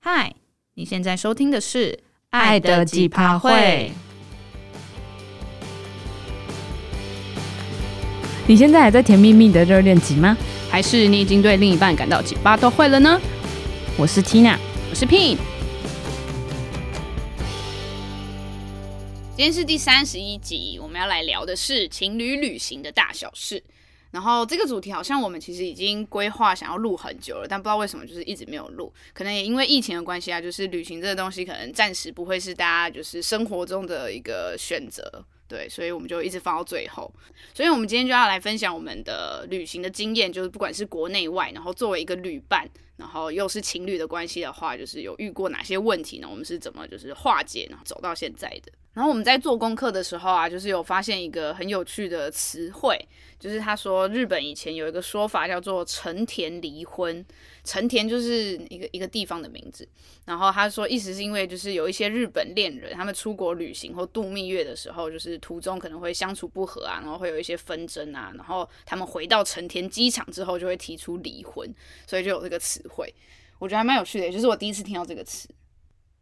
嗨，你现在收听的是《爱的几趴会》。你现在还在甜蜜蜜的热恋期吗？还是你已经对另一半感到几趴都会了呢？我是 Tina，我是 Pin。今天是第三十一集，我们要来聊的是情侣旅行的大小事。然后这个主题好像我们其实已经规划想要录很久了，但不知道为什么就是一直没有录，可能也因为疫情的关系啊，就是旅行这个东西可能暂时不会是大家就是生活中的一个选择，对，所以我们就一直放到最后。所以我们今天就要来分享我们的旅行的经验，就是不管是国内外，然后作为一个旅伴，然后又是情侣的关系的话，就是有遇过哪些问题呢？我们是怎么就是化解，然后走到现在的。然后我们在做功课的时候啊，就是有发现一个很有趣的词汇，就是他说日本以前有一个说法叫做“成田离婚”，成田就是一个一个地方的名字。然后他说，意思是因为就是有一些日本恋人，他们出国旅行或度蜜月的时候，就是途中可能会相处不和啊，然后会有一些纷争啊，然后他们回到成田机场之后就会提出离婚，所以就有这个词汇。我觉得还蛮有趣的，也就是我第一次听到这个词。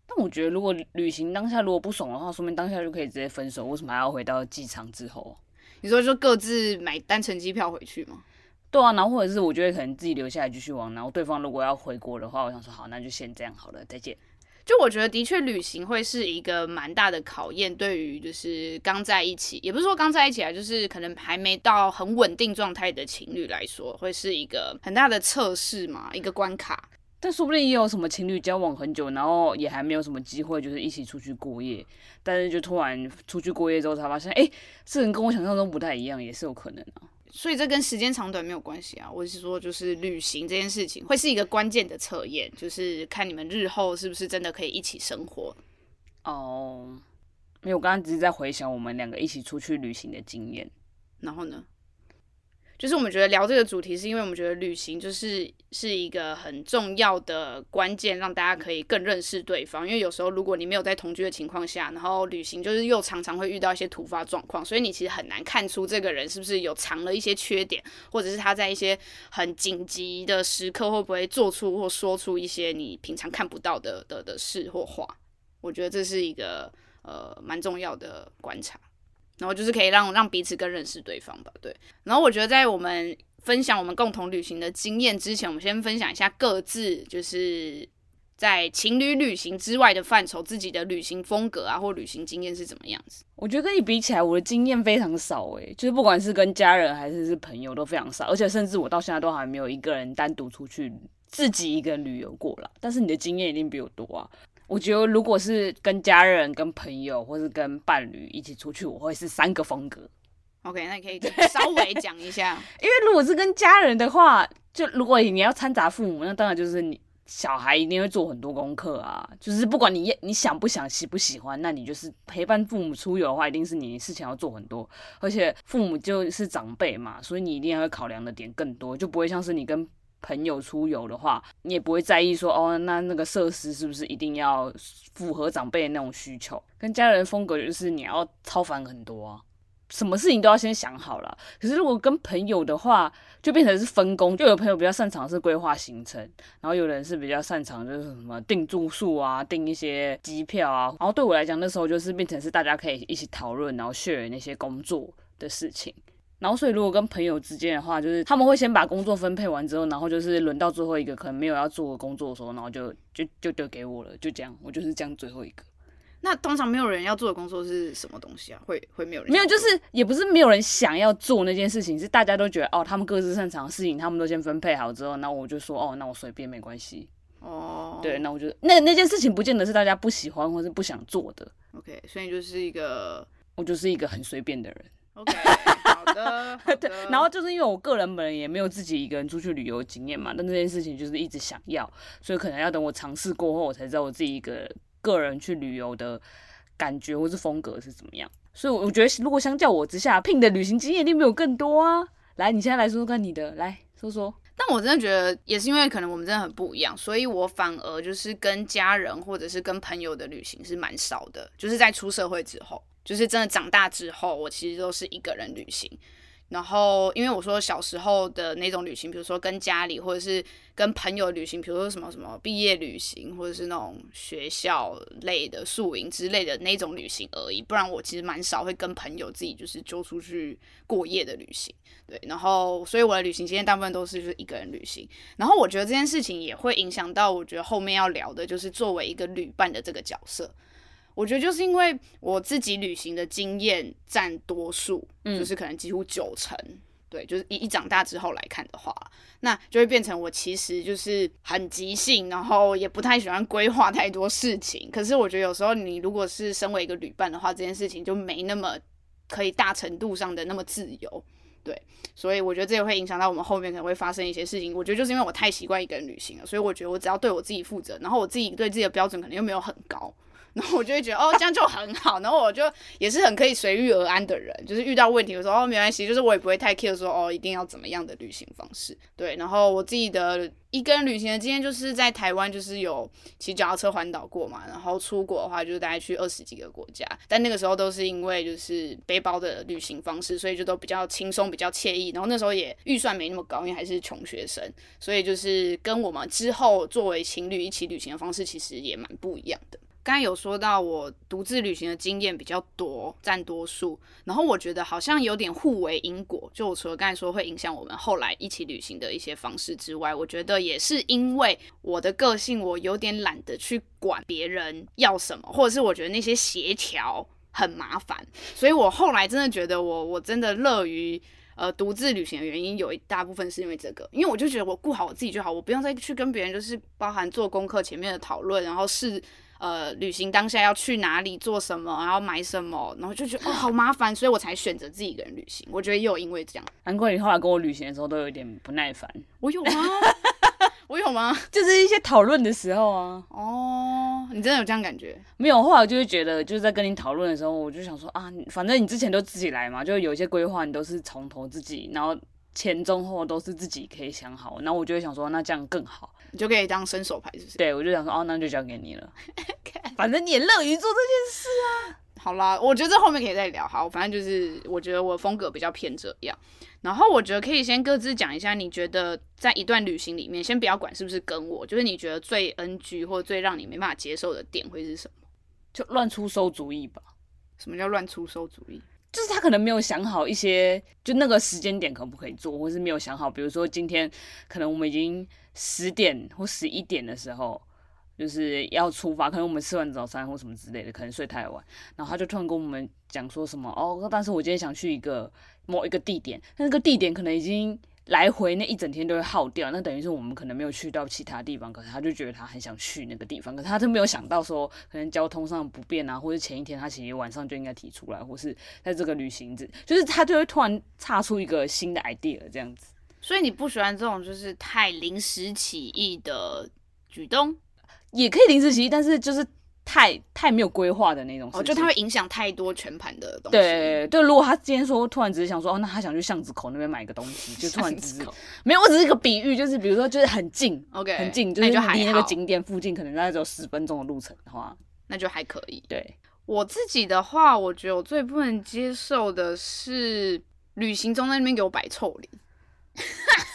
但我觉得，如果旅行当下如果不爽的话，说明当下就可以直接分手，为什么还要回到机场之后？你说就各自买单程机票回去吗？对啊，然后或者是我觉得可能自己留下来继续玩，然后对方如果要回国的话，我想说好，那就先这样好了，再见。就我觉得，的确旅行会是一个蛮大的考验，对于就是刚在一起，也不是说刚在一起啊，就是可能还没到很稳定状态的情侣来说，会是一个很大的测试嘛，一个关卡。但说不定也有什么情侣交往很久，然后也还没有什么机会，就是一起出去过夜，但是就突然出去过夜之后，才发现，哎、这人跟我想象中不太一样，也是有可能啊。所以这跟时间长短没有关系啊，我是说，就是旅行这件事情会是一个关键的测验，就是看你们日后是不是真的可以一起生活。哦，没有，我刚刚只是在回想我们两个一起出去旅行的经验。然后呢，就是我们觉得聊这个主题，是因为我们觉得旅行就是是一个很重要的关键，让大家可以更认识对方。因为有时候如果你没有在同居的情况下，然后旅行就是又常常会遇到一些突发状况，所以你其实很难看出这个人是不是有藏了一些缺点，或者是他在一些很紧急的时刻会不会做出或说出一些你平常看不到的的的事或话。我觉得这是一个呃蛮重要的观察。然后就是可以让让彼此更认识对方吧，对。然后我觉得在我们分享我们共同旅行的经验之前，我们先分享一下各自就是在情侣旅行之外的范畴，自己的旅行风格啊或旅行经验是怎么样子。我觉得跟你比起来，我的经验非常少诶、就是不管是跟家人还是是朋友都非常少，而且甚至我到现在都还没有一个人单独出去自己一个人旅游过啦。但是你的经验一定比我多啊。我觉得如果是跟家人、跟朋友或是跟伴侣一起出去，我会是三个风格。 OK，那你 可以稍微讲一下，因为如果是跟家人的话，就如果你要掺杂父母，那当然就是你小孩一定会做很多功课啊。就是不管你你想不想、喜不喜欢，那你就是陪伴父母出游的话，一定是你事情要做很多。而且父母就是长辈嘛，所以你一定会考量的点更多，就不会像是你跟朋友出游的话，你也不会在意说哦，那那个设施是不是一定要符合长辈的那种需求。跟家人的风格就是你要超凡很多啊，什么事情都要先想好了。可是如果跟朋友的话，就变成是分工，就有朋友比较擅长是规划行程，然后有人是比较擅长就是什么订住宿啊、订一些机票啊。然后对我来讲，那时候就是变成是大家可以一起讨论，然后 share 那些工作的事情。然后，所以如果跟朋友之间的话，就是他们会先把工作分配完之后，然后就是轮到最后一个可能没有要做的工作的时候，然后就就就丢给我了，就这样，我就是这样最后一个。那通常没有人要做的工作是什么东西啊？会会没有人没有，想就做是也不是没有人想要做那件事情，是大家都觉得哦，他们各自擅长的事情，他们都先分配好之后，那我就说哦，那我随便没关系。哦，对，那我就那那件事情不见得是大家不喜欢或是不想做的， ，OK，所以就是一个我就是一个很随便的人。 OK，好的，好对的，，然后就是因为我个人本人也没有自己一个人出去旅游经验嘛，但这件事情就是一直想要，所以可能要等我尝试过后，我才知道我自己一个个人去旅游的感觉或是风格是怎么样。所以我觉得，如果相较我之下，Pin 的旅行经验一定没有更多啊。来，你现在来说说看你的，来说说。但我真的觉得，也是因为可能我们真的很不一样，所以我反而就是跟家人或者是跟朋友的旅行是蛮少的，就是在出社会之后，就是真的长大之后，我其实都是一个人旅行。然后，因为我说小时候的那种旅行，比如说跟家里或者是跟朋友旅行，比如说什么什么毕业旅行，或者是那种学校类的宿营之类的那种旅行而已。不然我其实蛮少会跟朋友自己就是揪出去过夜的旅行。对，然后所以我的旅行经验大部分都是就是一个人旅行。然后我觉得这件事情也会影响到我觉得后面要聊的，就是作为一个旅伴的这个角色。我觉得就是因为我自己旅行的经验占多数，嗯就是可能几乎九成，对，就是一一长大之后来看的话，那就会变成我其实就是很即兴，然后也不太喜欢规划太多事情。可是我觉得有时候你如果是身为一个旅伴的话，这件事情就没那么可以大程度上的那么自由。对，所以我觉得这也会影响到我们后面可能会发生一些事情。我觉得就是因为我太习惯一个人旅行了，所以我觉得我只要对我自己负责，然后我自己对自己的标准可能又没有很高，然后我就会觉得哦，这样就很好。然后我就也是很可以随遇而安的人，就是遇到问题的时候哦，没关系，就是我也不会太 care 说哦，一定要怎么样的旅行方式。对，然后我自己的一个人旅行的经验就是在台湾就是有骑脚踏车环岛过嘛，然后出国的话就是大概去二十几个国家，但那个时候都是因为就是背包的旅行方式，所以就都比较轻松，比较惬意。然后那时候也预算没那么高，因为还是穷学生，所以就是跟我们之后作为情侣一起旅行的方式其实也蛮不一样的。刚才有说到我独自旅行的经验比较多，占多数。然后我觉得好像有点互为因果，就我除了刚才说会影响我们后来一起旅行的一些方式之外，我觉得也是因为我的个性，我有点懒得去管别人要什么，或者是我觉得那些协调很麻烦，所以我后来真的觉得我我真的乐于。呃，独自旅行的原因有一大部分是因为这个，因为我就觉得我顾好我自己就好，我不用再去跟别人就是包含做功课前面的讨论，然后是呃旅行当下要去哪里做什么，然后买什么，然后就觉得哦好麻烦，所以我才选择自己一个人旅行。我觉得也有因为这样，难怪你后来跟我旅行的时候都有点不耐烦，我有吗？ 我有吗？就是一些讨论的时候啊，哦，你真的有这样感觉？没有，后来就会觉得，就是在跟你讨论的时候，我就想说啊，你反正你之前都自己来嘛，就有一些规划你都是从头自己，然后前中后都是自己可以想好，然后我就会想说，那这样更好。你就可以当伸手牌，是不是？对，我就想说，哦，那就交给你了。反正你也乐于做这件事。好啦，我觉得这后面可以再聊。好，反正就是我觉得我风格比较偏这样。然后我觉得可以先各自讲一下，你觉得在一段旅行里面，先不要管是不是跟我，就是你觉得最 NG 或最让你没办法接受的点会是什么？就乱出馊主意吧，什么叫乱出馊主意？就是他可能没有想好一些，就那个时间点可不可以做，或是没有想好，比如说今天可能我们已经十点或十一点的时候。就是要出发，可能我们吃完早餐或什么之类的，可能睡太晚，然后他就突然跟我们讲说什么哦，但是我今天想去一个某一个地点，那个地点可能已经来回那一整天都会耗掉，那等于是我们可能没有去到其他地方，可是他就觉得他很想去那个地方，可是他都没有想到说可能交通上的不便啊，或者前一天他其实晚上就应该提出来，或是在这个旅行子，就是他就会突然岔出一个新的 idea 这样子。所以你不喜欢这种就是太临时起意的举动，也可以临时起意，但是就是太太没有规划的那种事情。哦，就它会影响太多全盘的东西。 对对，如果他今天说突然只是想说哦，那他想去巷子口那边买个东西，就突然只巷是子口没有，我只是一个比喻，就是比如说就是很近 OK，很近，就那是你就还离那个好景点附近可能大概只有十分钟的路程的话，那就还可以。对，我自己的话，我觉得我最不能接受的是旅行中在那边给我摆臭脸。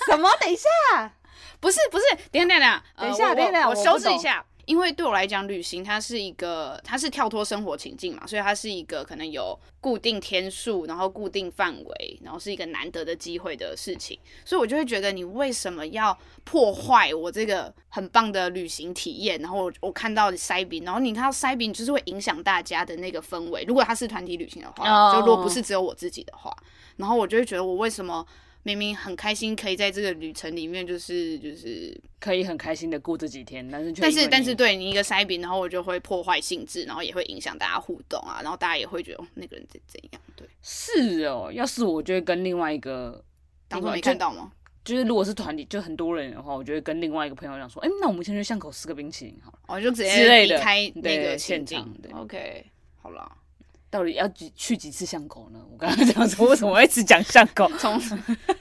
什么？等一下，不是不是，等一下等一下，呃等一下我等一下我我我修不饰一懂下。因为对我来讲，旅行它是一个，它是跳脱生活情境嘛，所以它是一个可能有固定天数，然后固定范围，然后是一个难得的机会的事情，所以我就会觉得你为什么要破坏我这个很棒的旅行体验？然后我我看到塞饼，然后你看到塞饼就是会影响大家的那个氛围。如果它是团体旅行的话，哦就如果不是只有我自己的话，然后我就会觉得我为什么明明很开心可以在这个旅程里面，就是就是可以很开心的过这几天，但是却但因为是但是你对你一个塞饼，然后我就会破坏兴致，然后也会影响大家互动啊，然后大家也会觉得哦那个人怎怎样，对，是哦，要是我就会跟另外一个。当另初外没就看到吗？就是如果是团体，就很多人的话，我就会跟另外一个朋友讲说，哎、那我们先去巷口吃个冰淇淋好了。哦，就直之接类离的开那对个情现境场对 OK，好了，到底要几去几次巷口呢？我刚刚讲说，为什么会一直讲巷口？从。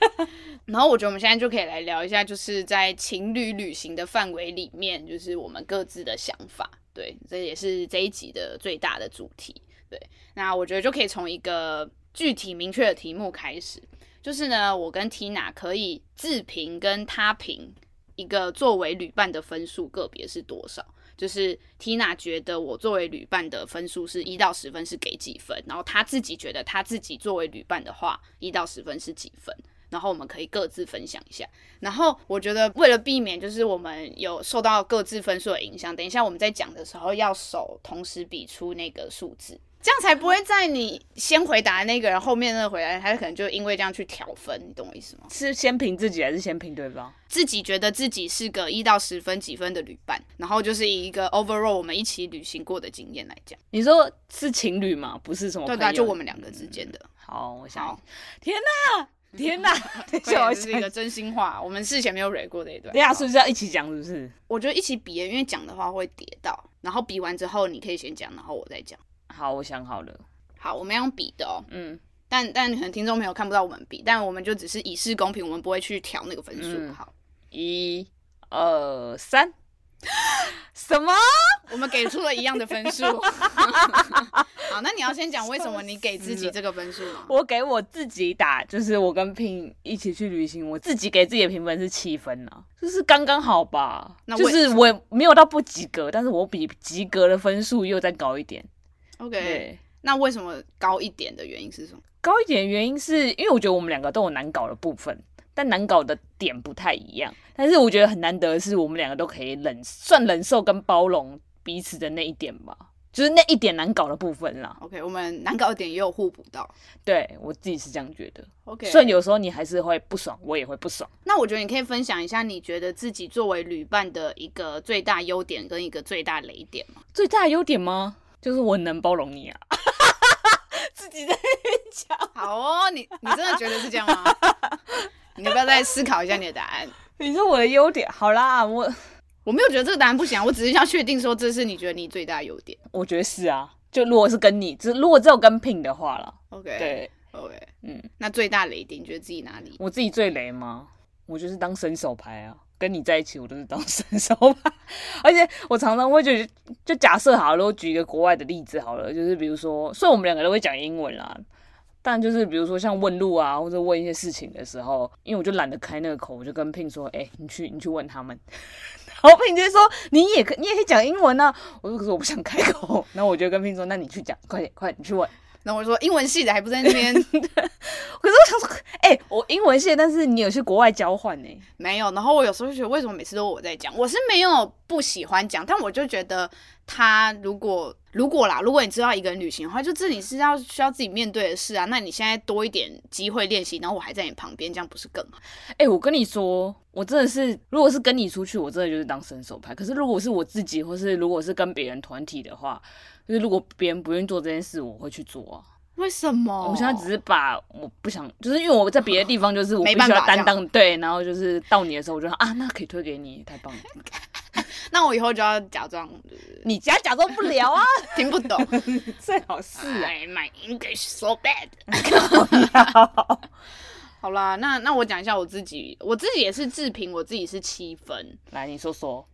然后我觉得我们现在就可以来聊一下，就是在情侣旅行的范围里面，就是我们各自的想法。对，这也是这一集的最大的主题。对，那我觉得就可以从一个具体明确的题目开始，就是呢，我跟 Tina 可以自评跟他评一个作为旅伴的分数个别是多少。就是 Tina 觉得我作为旅伴的分数是一到十分是给几分，然后他自己觉得他自己作为旅伴的话，一到十分是几分。然后我们可以各自分享一下。然后我觉得为了避免就是我们有受到各自分数的影响，等一下我们在讲的时候要手同时比出那个数字，这样才不会在你先回答的那个人后面那个回答，他可能就因为这样去调分，你懂我意思吗？是先评自己还是先评对方？自己觉得自己是个一到十分几分的旅伴，然后就是以一个 overall 我们一起旅行过的经验来讲，你说是情侣吗？不是什么对朋的、友就我们两个之间的。好，我想好，啊天哪，天 哪，等一这嗯下我也是一想个，真心话，我们事前没有蕊过这一段。等一下啊是不是要一起讲？是不是？我觉得一起比耶，因为讲的话会跌到，然后比完之后你可以先讲，然后我再讲。好，我想好了，好，我们要用比的哦，嗯但但可能听众朋友看不到我们比，但我们就只是以示公平，我们不会去调那个分数。嗯好，一二三， 什么？我们给出了一样的分 数。好，那你要先讲为什么你给自己这个分数吗？我给我自己打，就是我跟聘一起去旅行，我自己给自己的评分是七分啊，就是刚刚好吧。那就为是我也没有到不及格，但是我比及格的分数又再高一点。 OK，对，那为什么高一点的原因是什么？高一点的原因是因为我觉得我们两个都有难搞的部分，但难搞的点不太一样。但是我觉得很难得的是，我们两个都可以忍，算忍受跟包容彼此的那一点吧，就是那一点难搞的部分啦。 OK，我们难搞一点也有互补到。对我自己是这样觉得， OK，虽然有时候你还是会不爽，我也会不爽。那我觉得你可以分享一下，你觉得自己作为旅伴的一个最大优点跟一个最大雷点吗？最大的优点吗？就是我能包容你啊。自己在好哦，你你真的觉得是这样吗？你要不要再思考一下你的答案？你说我的优点，好啦，我我没有觉得这个答案不行、啊，我只是要确定说这是你觉得你最大优点。我觉得是啊，就如果是跟你，只如果只有跟 Pin 的话啦， OK，对，OK，嗯，那最大雷点，你觉得自己哪里？我自己最雷吗？我就是当伸手牌啊，跟你在一起我就是当 伸手牌，而且我常常会觉得，就假设好了，我举一个国外的例子好了，就是比如说，虽然我们两个都会讲英文啦，但就是比如说像问路啊，或者问一些事情的时候，因为我就懒得开那个口，我就跟 Pin 说，哎、你去你去问他们。然后 Pin 就会说，你也可你也可以讲英文啊，我就说我不想开口，然后我就跟 Pin 说，那你去讲，快点快点，你去问。然后我就说英文系的还不在那边，可是我想说，哎、我英文系，但是你有去国外交换欸呢、没有。然后我有时候就觉得为什么每次都我在讲，我是没有不喜欢讲，但我就觉得他如果如果啦，如果你知道一个人旅行的话，就这里是要需要自己面对的事啊。那你现在多一点机会练习，然后我还在你旁边，这样不是更好？哎、我跟你说，我真的是，如果是跟你出去，我真的就是当伸手牌。可是如果是我自己，或是如果是跟别人团体的话，就是如果别人不愿意做这件事，我会去做啊。为什么？我现在只是把我不想，就是因为我在别的地方，就是我必哦没须要办法担这当对，然后就是到你的时候，我就说啊，那可以推给你，太 棒了。那我以后就要假 装呃你假假装不聊 啊，听不懂。最好是啊。 I- my English so bad 哎 好好啦，那那我讲一下我自己，我自己也是自评，我自己是七分。来，你说说。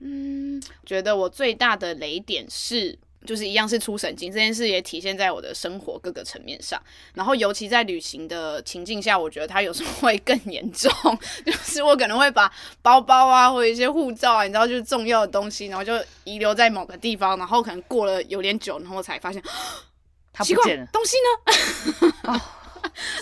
嗯，觉得我最大的雷点是，就是一样是出神经这件事，也体现在我的生活各个层面上。然后尤其在旅行的情境下，我觉得它有时候会更严重， 就是我可能会把包包啊或者一些护照啊，你知道就是重要的东西，然后就遗留在某个地方，然后可能过了有点久，然后我才发现他奇不怪 见了，东西呢？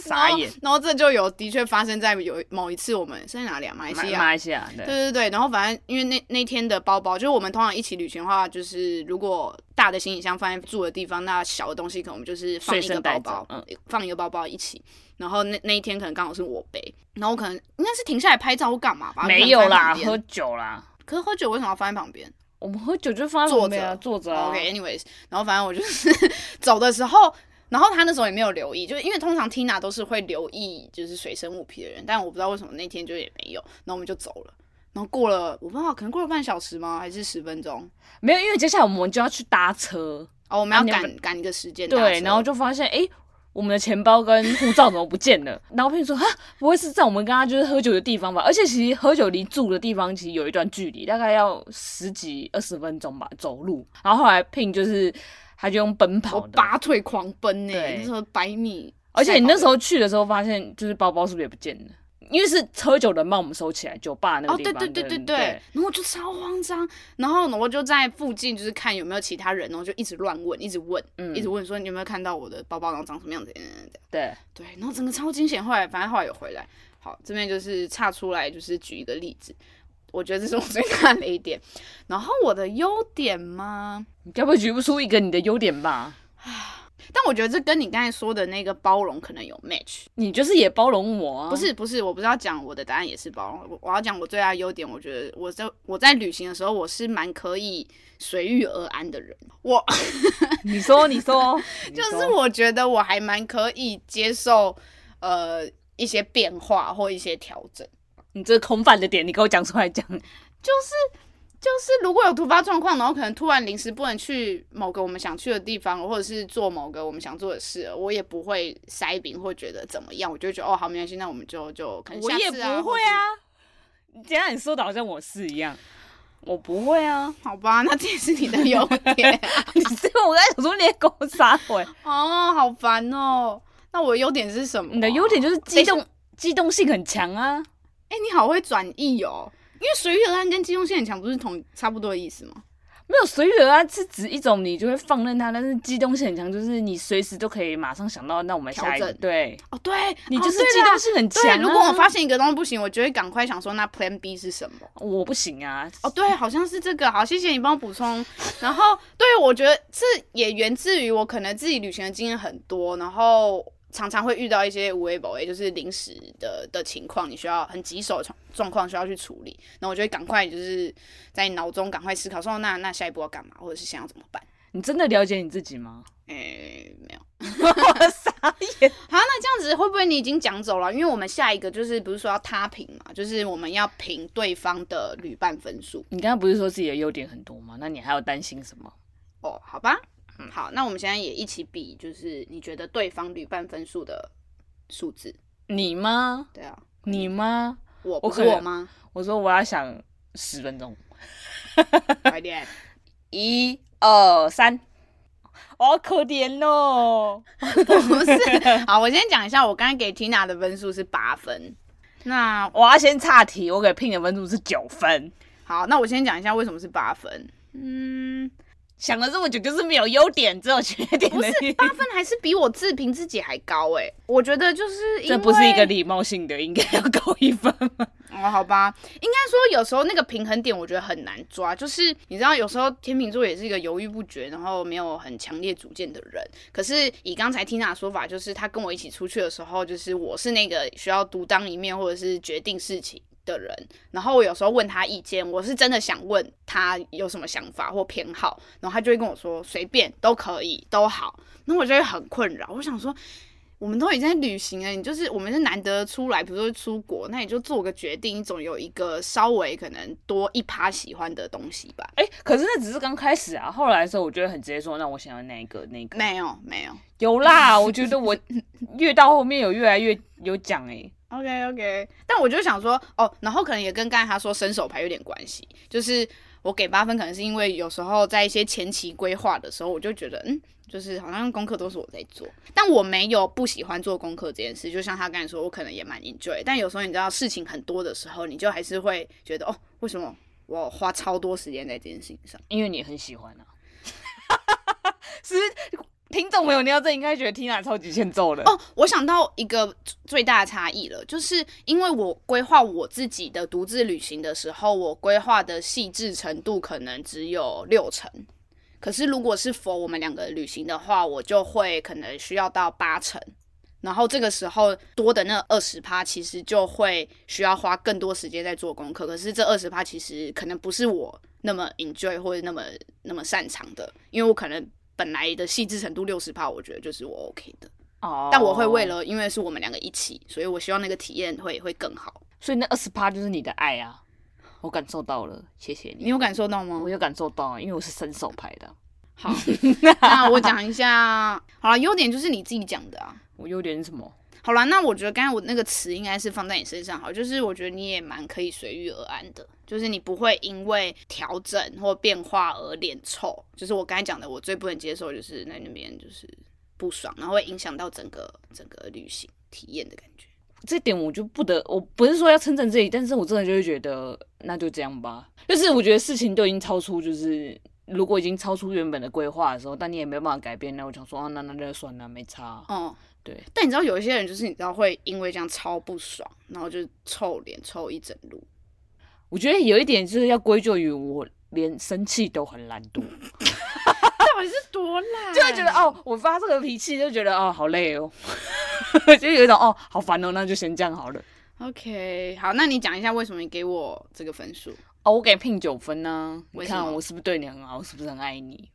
傻眼。 然后这就有的确发生在有某一次我们是在哪里啊？马来西马亚。马来西亚，对，对对对，然后反正因为那那天的包包，就是我们通常一起旅行的话，就是如果大的行李箱放在住的地方，那小的东西可能我们就是放一随个身包带包走，嗯放一个包包一起。然后那那一天可能刚好是我背，然后我可能应该是停下来拍照或干嘛吧，没有我啦，可能放在旁喝边酒啦。可是喝酒为什么要放在旁边？我们喝酒就放在坐旁边啊着坐着啊。 OK，anyways，、然后反正我就是 走的时候，然后他那时候也没有留意，就是因为通常 Tina 都是会留意就是随身物品的人，但我不知道为什么那天就也没有，然后我们就走了。然后过了，我不知道，可能过了半小时吗？还是十分钟？没有，因为接下来我们就要去搭车，哦，我们要啊你赶们赶一个时间搭车，对，然后就发现哎、诶我们的钱包跟护照怎么不见了？ 然后佩说哈，不会是在我们刚刚就是喝酒的地方吧？而且其实喝酒离住的地方其实有一段距离，大概要十几二十分钟吧，走路。然后后来 Pin 就是他就用奔我跑的，拔腿狂奔呢、对那时候百米而且你哦那时候去的时候，发现就是包包是不是也不见了？因为是喝酒人帮我们收起来，酒吧那哦，个地对方。对对对对对，然后我就超慌张，然后我就在附近就是看有没有其他人，然后就一直乱问，一直问，嗯一直问说你有没有看到我的包包，然后长什么样子，嗯嗯嗯对，对，然后整个超惊险，后来反正后来有回来。好，这边就是岔出来，就是举一个例子，我觉得这是我最大的一点。然后我的优点吗？你该不会举不出一个你的优点吧？但我觉得这跟你刚才说的那个包容可能有 match。你就是也包容我啊。不，是不是，我不是要讲我的答案也是包容，我我要讲我最大的优点。我觉得我在我在旅行的时候，我是蛮可以随遇而安的人。我你说，你说，就就是我觉得我还蛮可以接受呃一些变化或一些调整。你这空泛的点，你给我讲出来讲。就是如果有突发状况，然后可能突然临时不能去某个我们想去的地方，或者是做某个我们想做的事了，我也不会塞饼或觉得怎么样，我就会觉得哦好没关系，那我们就就可能我下也次啊，不会啊，你这样你说的好像我是一样，我不会啊。或是，好吧，那这也是你的优点 你这个我在想说你也跟我撒谎， 哦，好烦哦。那我的优点是什么？啊你的优点就是机等动机动性很强啊。哎、你好会转译哦，因为随遇而安跟机动性很强不是同差不多的意思吗？没有随遇而安是指一种你就会放任它，但是机动性很强，就是你随时都可以马上想到，那我们下一调个整对哦，对，你哦就是对机啦动性很强、对，啊如果我发现一个东西不行，我就会赶快想说那 Plan B 是什么。我不行啊，哦，对，好像是这个。好，谢谢你帮我补充。 然后，对我觉得这也源自于我可能自己旅行的经验很多，然后常常会遇到一些无微不微，就是临时的的情况，你需要很棘手的状状况需要去处理，然后我就会赶快就是在脑中赶快思考说，哦那那下一步要干嘛，或者是想要怎么办。你真的了解你自己吗？诶，没有。 我傻眼，好，那这样子会不会你已经讲走了？因为我们下一个就是不是说要他评嘛，就是我们要评对方的旅伴分数。你刚刚不是说自己的优点很多吗？那你还要担心什么？哦，好吧，嗯，好，那我们现在也一起比，就是你觉得对方旅伴分数的数字，你吗？对啊，你吗？我我不是可能我吗？我说我要想十分钟，快点，一二三，好可怜哦。不 是，好，我先讲一下，我刚才给 Tina 的分数是八分，那我要先岔题，我给 Pin 的分数是九分。好，那我先讲一下为什么是八分，嗯，想了这么久，就是没有优点，只有缺点不的是啊地方。八分还是比我自评自己还高哎、我觉得就是因 这不是一个为礼貌性的，应该要扣一分吗？ 哦，好吧，应该说有时候那个平衡点我觉得很难抓，就是你知道有时候天秤座也是一个犹豫不决，然后没有很强烈主见的人。可是以刚才 Tina 的说法，就是她跟我一起出去的时候，就是我是那个需要独当一面或者是决定事情。的人，然后我有时候问他意见，我是真的想问他有什么想法或偏好，然后他就会跟我说随便都可以都好，那我就会很困扰，我想说我们都已经在旅行了，你就是我们是难得出来，比如说出国，那你就做个决定，你总有一个稍微可能多一趴喜欢的东西吧。哎、可是那只是刚开始啊，后来的时候我就会很直接说，那我想要那个那个。没有，没有。有 啦，我觉得我越到后面有越来越有讲哎、 OK OK，但我就想说，哦，然后可能也跟刚才他说伸手牌有点关系，就是我给八分，可能是因为有时候在一些前期规划的时候，我就觉得，嗯，就是好像功课都是我在做，但我没有不喜欢做功课这件事。就像他刚才说，我可能也蛮 enjoy，但有时候你知道事情很多的时候，你就还是会觉得，哦，为什么我花超多时间在这件事情上？因为你很喜欢啊。 是不是听众朋友，你要这应该觉得 Tina 超级欠揍的。哦，我想到一个最大的差异了，就是因为我规划我自己的独自旅行的时候，我规划的细致程度可能只有六成。可是如果是否我们两个旅行的话，我就会可能需要到八成，然后这个时候多的那二十趴其实就会需要花更多时间在做功课。可是这二十趴其实可能不是我那么 enjoy 或者那么那么擅长的，因为我可能本来的细致程度六十趴，我觉得就是我 OK 的。哦但我会为，了，因为是我们两个一起，所以我希望那个体验会会更好。所以那二十趴就是你的爱啊，我感受到了，谢谢你你，有感受到吗嗯我？有感受到啊，因为我是伸手牌的。啊好，那我讲一下。好了，优点就是你自己讲的啊。我优点是什么？好了，那我觉得刚才我那个词应该是放在你身上好，就是我觉得你也蛮可以随遇而安的，就是你不会因为调整或变化而脸臭。就是我刚才讲的，我最不能接受就是在那边就是不爽，然后会影响到整个整个旅行体验的感觉。这点我就不得，我不是说要称赞自己，但是我真的就会觉得那就这样吧。就是我觉得事情都已经超出，就是如果已经超出原本的规划的时候，但你也没办法改变，那我想说啊，那那就算了，没差。啊哦、对，但你知道有一些人就是你知道会因为这样超不爽，然后就臭脸臭一整路。我觉得有一点就是要归咎于我连生气都很懒 惰，到底是多烂？就会觉得哦，我发这个脾气就觉得哦好累哦， 就有一种哦好烦哦，那就先这样好了。 OK，好，那你讲一下为什么你给我这个分数？哦，我给 Pin 九分呢、你为什么看我是不是对你很好，我是不是很爱你？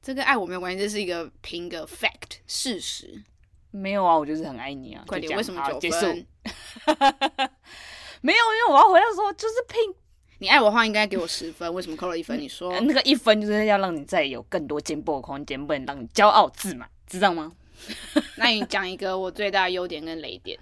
这跟爱我没有关系，这是一个凭个 fact 事实。没有啊，我就是很爱你啊。快点，就这样为什么好九结分束？？ 没有，因为我要回到说，就是拼你爱我的话应该给我十分，为什么扣了一分？你说那个一分，就是要让你再有更多进步的空间，不能让你骄傲自满，知道吗？那你讲一个我最大的优点跟雷点。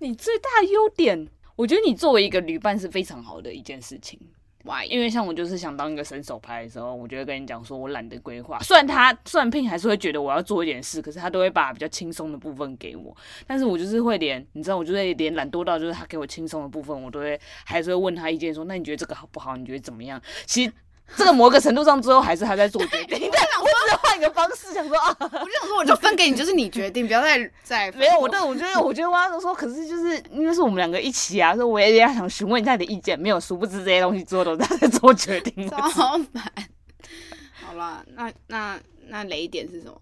你最大的优点，我觉得你作为一个旅伴是非常好的一件事情。 Why？因为像我就是想当一个伸手牌的时候，我就会跟你讲说，我懒得规划。虽然他虽然聘还是会觉得我要做一点事，可是他都会把比较轻松的部分给我。但是我就是会连，你知道，我就会连懒惰到就是他给我轻松的部分，我都会还是会问他意见说，那你觉得这个好不好？你觉得怎么样？其实这个某个程度上之后，还是他在做决 定。但我只是换一个方式想说啊，我就想说，我就分给你，就是你决定，不要再再没 有，我对我觉得，我觉得我要说，可是就是因为是我们两个一起啊，所以我也要想询问一下你的意见。没有，殊不知这些东西最后都是他在做决定。超烦。 好啦，那那那雷点是什么？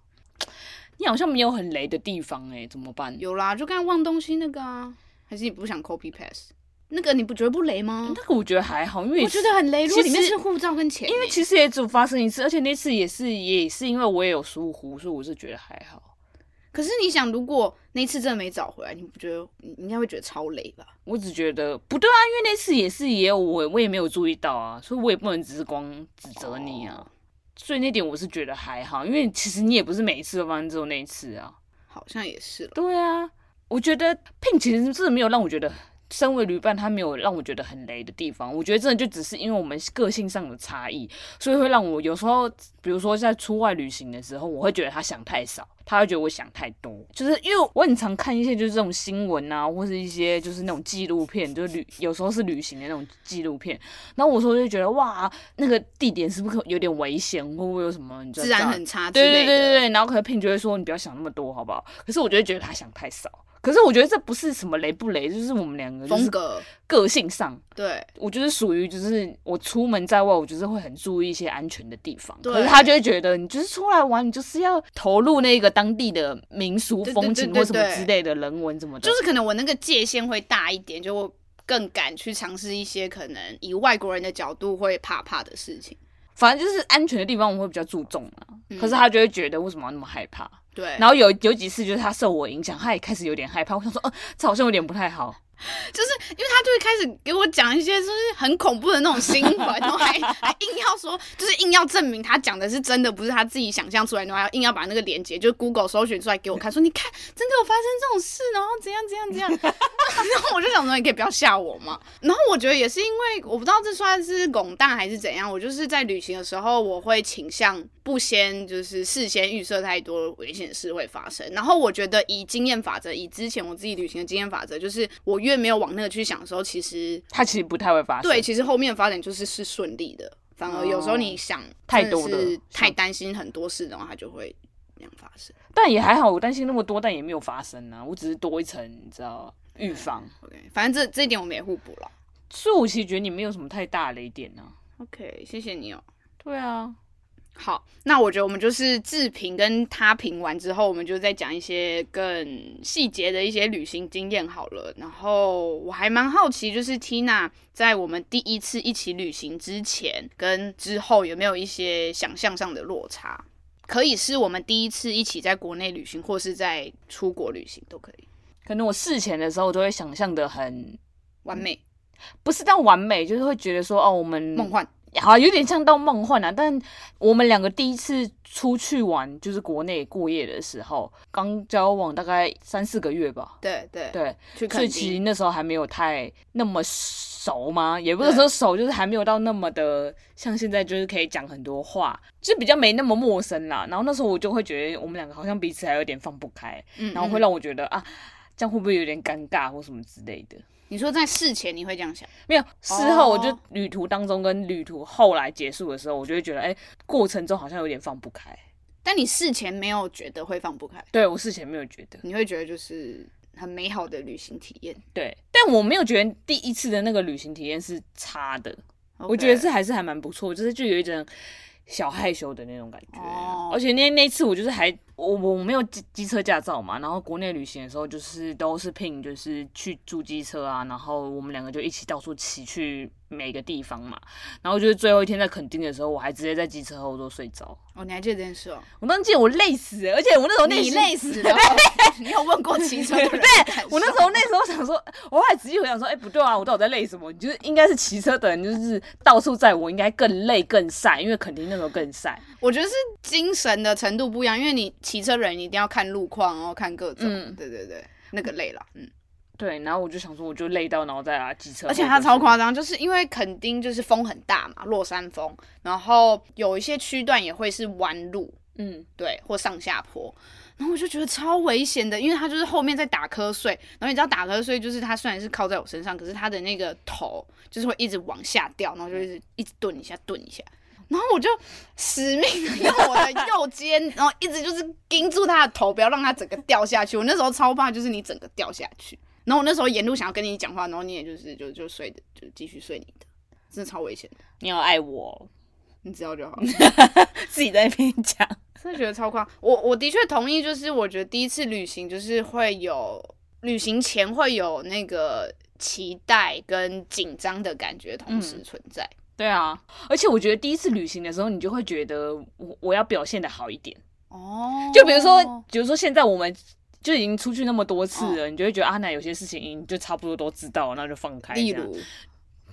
你好像没有很雷的地方哎、怎么办？有啦，就刚才忘东西那个啊，还是你不想 copy paste？那个你不觉得不雷吗？那个我觉得还好，因为嗯我觉得很雷，如果其里实面是护照跟钱欸、因为其实也只有发生一次，而且那次也是也是因为我也有疏忽，所以我是觉得还好。可是你想，如果那次真的没找回来，你不觉得你应该会觉得超雷吧？我只觉得不对啊，因为那次也是也有我我也没有注意到啊，所以我也不能只是光指责你啊。哦所以那点我是觉得还好，因为其实你也不是每一次都发生只有那一次啊。好像也是了。对啊，我觉得 Pin 其实真的没有让我觉得，身为旅伴他没有让我觉得很雷的地方。我觉得真的就只是因为我们个性上的差异，所以会让我有时候，比如说在出外旅行的时候，我会觉得他想太少，他会觉得我想太多。就是因为我很常看一些就是这种新闻啊，或是一些就是那种纪录片，就是旅有时候是旅行的那种纪录片。然后我说就觉得哇，那个地点是不是有点危险，会不会有什么你知道自然很差之对类对对的，对对，然后可能 Pin 就会说你不要想那么多，好不好？可是我就会觉得他想太少。可是我觉得这不是什么雷不雷，就是我们两个就是风格个性上，对，我就是属于就是我出门在外，我就是会很注意一些安全的地方。对可是他就会觉得你就是出来玩，你就是要投入那个当地的民俗对对风对情对或什么对之类的人文什么的，就是可能我那个界限会大一点，就我更敢去尝试一些可能以外国人的角度会怕怕的事情。反正就是安全的地方我会比较注重啊。嗯可是他就会觉得为什么要那么害怕？对，然后有有几次就是他受我影响，他也开始有点害怕。我想说，呃，这好像有点不太好。就是因为他就会开始给我讲一些就是很恐怖的那种新闻，然后还还硬要说，就是硬要证明他讲的是真的，不是他自己想象出来，然后还要硬要把那个链接就是 Google 搜寻出来给我看，说你看真的有发生这种事，然后怎样怎样怎样， 然后我就想说你可以不要吓我嘛。然后我觉得也是因为我不知道这算是拱大还是怎样，我就是在旅行的时候我会倾向不先就是事先预设太多危险事会发生。然后我觉得以经验法则，以之前我自己旅行的经验法则，就是我越没有往那个去想的时候，其实他其实不太会发生。对，其实后面发展就是是顺利的。反而有时候你想哦太多了真的是太想担心很多事的话，它就会那样发生。但也还好，我担心那么多，但也没有发生啊，我只是多一层，你知道预防。 OK，反正这这一点我们也互补了。所以我其实觉得你没有什么太大的雷点啊。 OK，谢谢你哦。对啊，好，那我觉得我们就是自评跟他评完之后，我们就再讲一些更细节的一些旅行经验好了。然后我还蛮好奇，就是 Tina 在我们第一次一起旅行之前跟之后有没有一些想象上的落差？可以是我们第一次一起在国内旅行，或是在出国旅行都可以。可能我事前的时候都会想象的很完美、不是到完美，就是会觉得说哦，我们梦幻，好，有点像到梦幻啊。但我们两个第一次出去玩，就是国内过夜的时候，刚交往大概三四个月吧。对对，对，去所垦以其实丁，那时候还没有太那么熟吗？也不是说熟，就是还没有到那么的像现在，就是可以讲很多话，就比较没那么陌生啦。然后那时候我就会觉得我们两个好像彼此还有点放不开，嗯然后嗯会让我觉得啊，这样会不会有点尴尬或什么之类的？你说在事前你会这样想，没有，事后我哦就旅途当中跟旅途后来结束的时候，我就会觉得，哎、过程中好像有点放不开。但你事前没有觉得会放不开，对我事前没有觉得，你会觉得就是很美好的旅行体验。对，但我没有觉得第一次的那个旅行体验是差的，我 OK 觉得是还是还蛮不错，就是就有一种小害羞的那种感觉。啊哦而且那那次我就是还我我没有机机车驾照嘛，然后国内旅行的时候就是都是聘就是去租机车啊，然后我们两个就一起到处骑去每个地方嘛。然后就是最后一天在垦丁的时候，我还直接在机车后座睡着。哦，你还记得这件事哦？我当时记得我累死了，而且我哦那时候内你心累 死了，哦 你有问过骑车的人的感受？我那时候那时候想说，我后来仔细回想说，哎、不对啊，我到底在累什么？你就是应该是骑车的人，就是到处载我，应该更累更晒，因为肯定那时候更晒。我觉得是精神的程度不一样，因为你骑车人你一定要看路况，然后看各种，嗯对对对，那个累了，嗯。对，然后我就想说，我就累到，然后再来骑车。而且它超夸张，就是因为垦丁就是风很大嘛，落山风，然后有一些区段也会是弯路，嗯，对，或上下坡。然后我就觉得超危险的，因为它就是后面在打瞌睡，然后你知道打瞌睡就是它虽然是靠在我身上，可是它的那个头就是会一直往下掉，然后就一直一直顿一下顿一下。然后我就死命的用我的右肩，然后一直就是盯住它的头，不要让它整个掉下去。我那时候超怕，就是你整个掉下去。然后我那时候沿路想要跟你讲话，然后你也就是就就睡的，就继续睡你的，真的超危险的，你要爱我，你知道就好了。自己在那边讲。真的觉得超夸张我我的确同意，就是我觉得第一次旅行就是会有旅行前会有那个期待跟紧张的感觉同时存在。 对啊，而且我觉得第一次旅行的时候，你就会觉得我我要表现的好一点。哦就比如说，比如说现在我们。就已经出去那么多次了，你就会觉得啊，那有些事情你就差不多都知道，那就放开。例如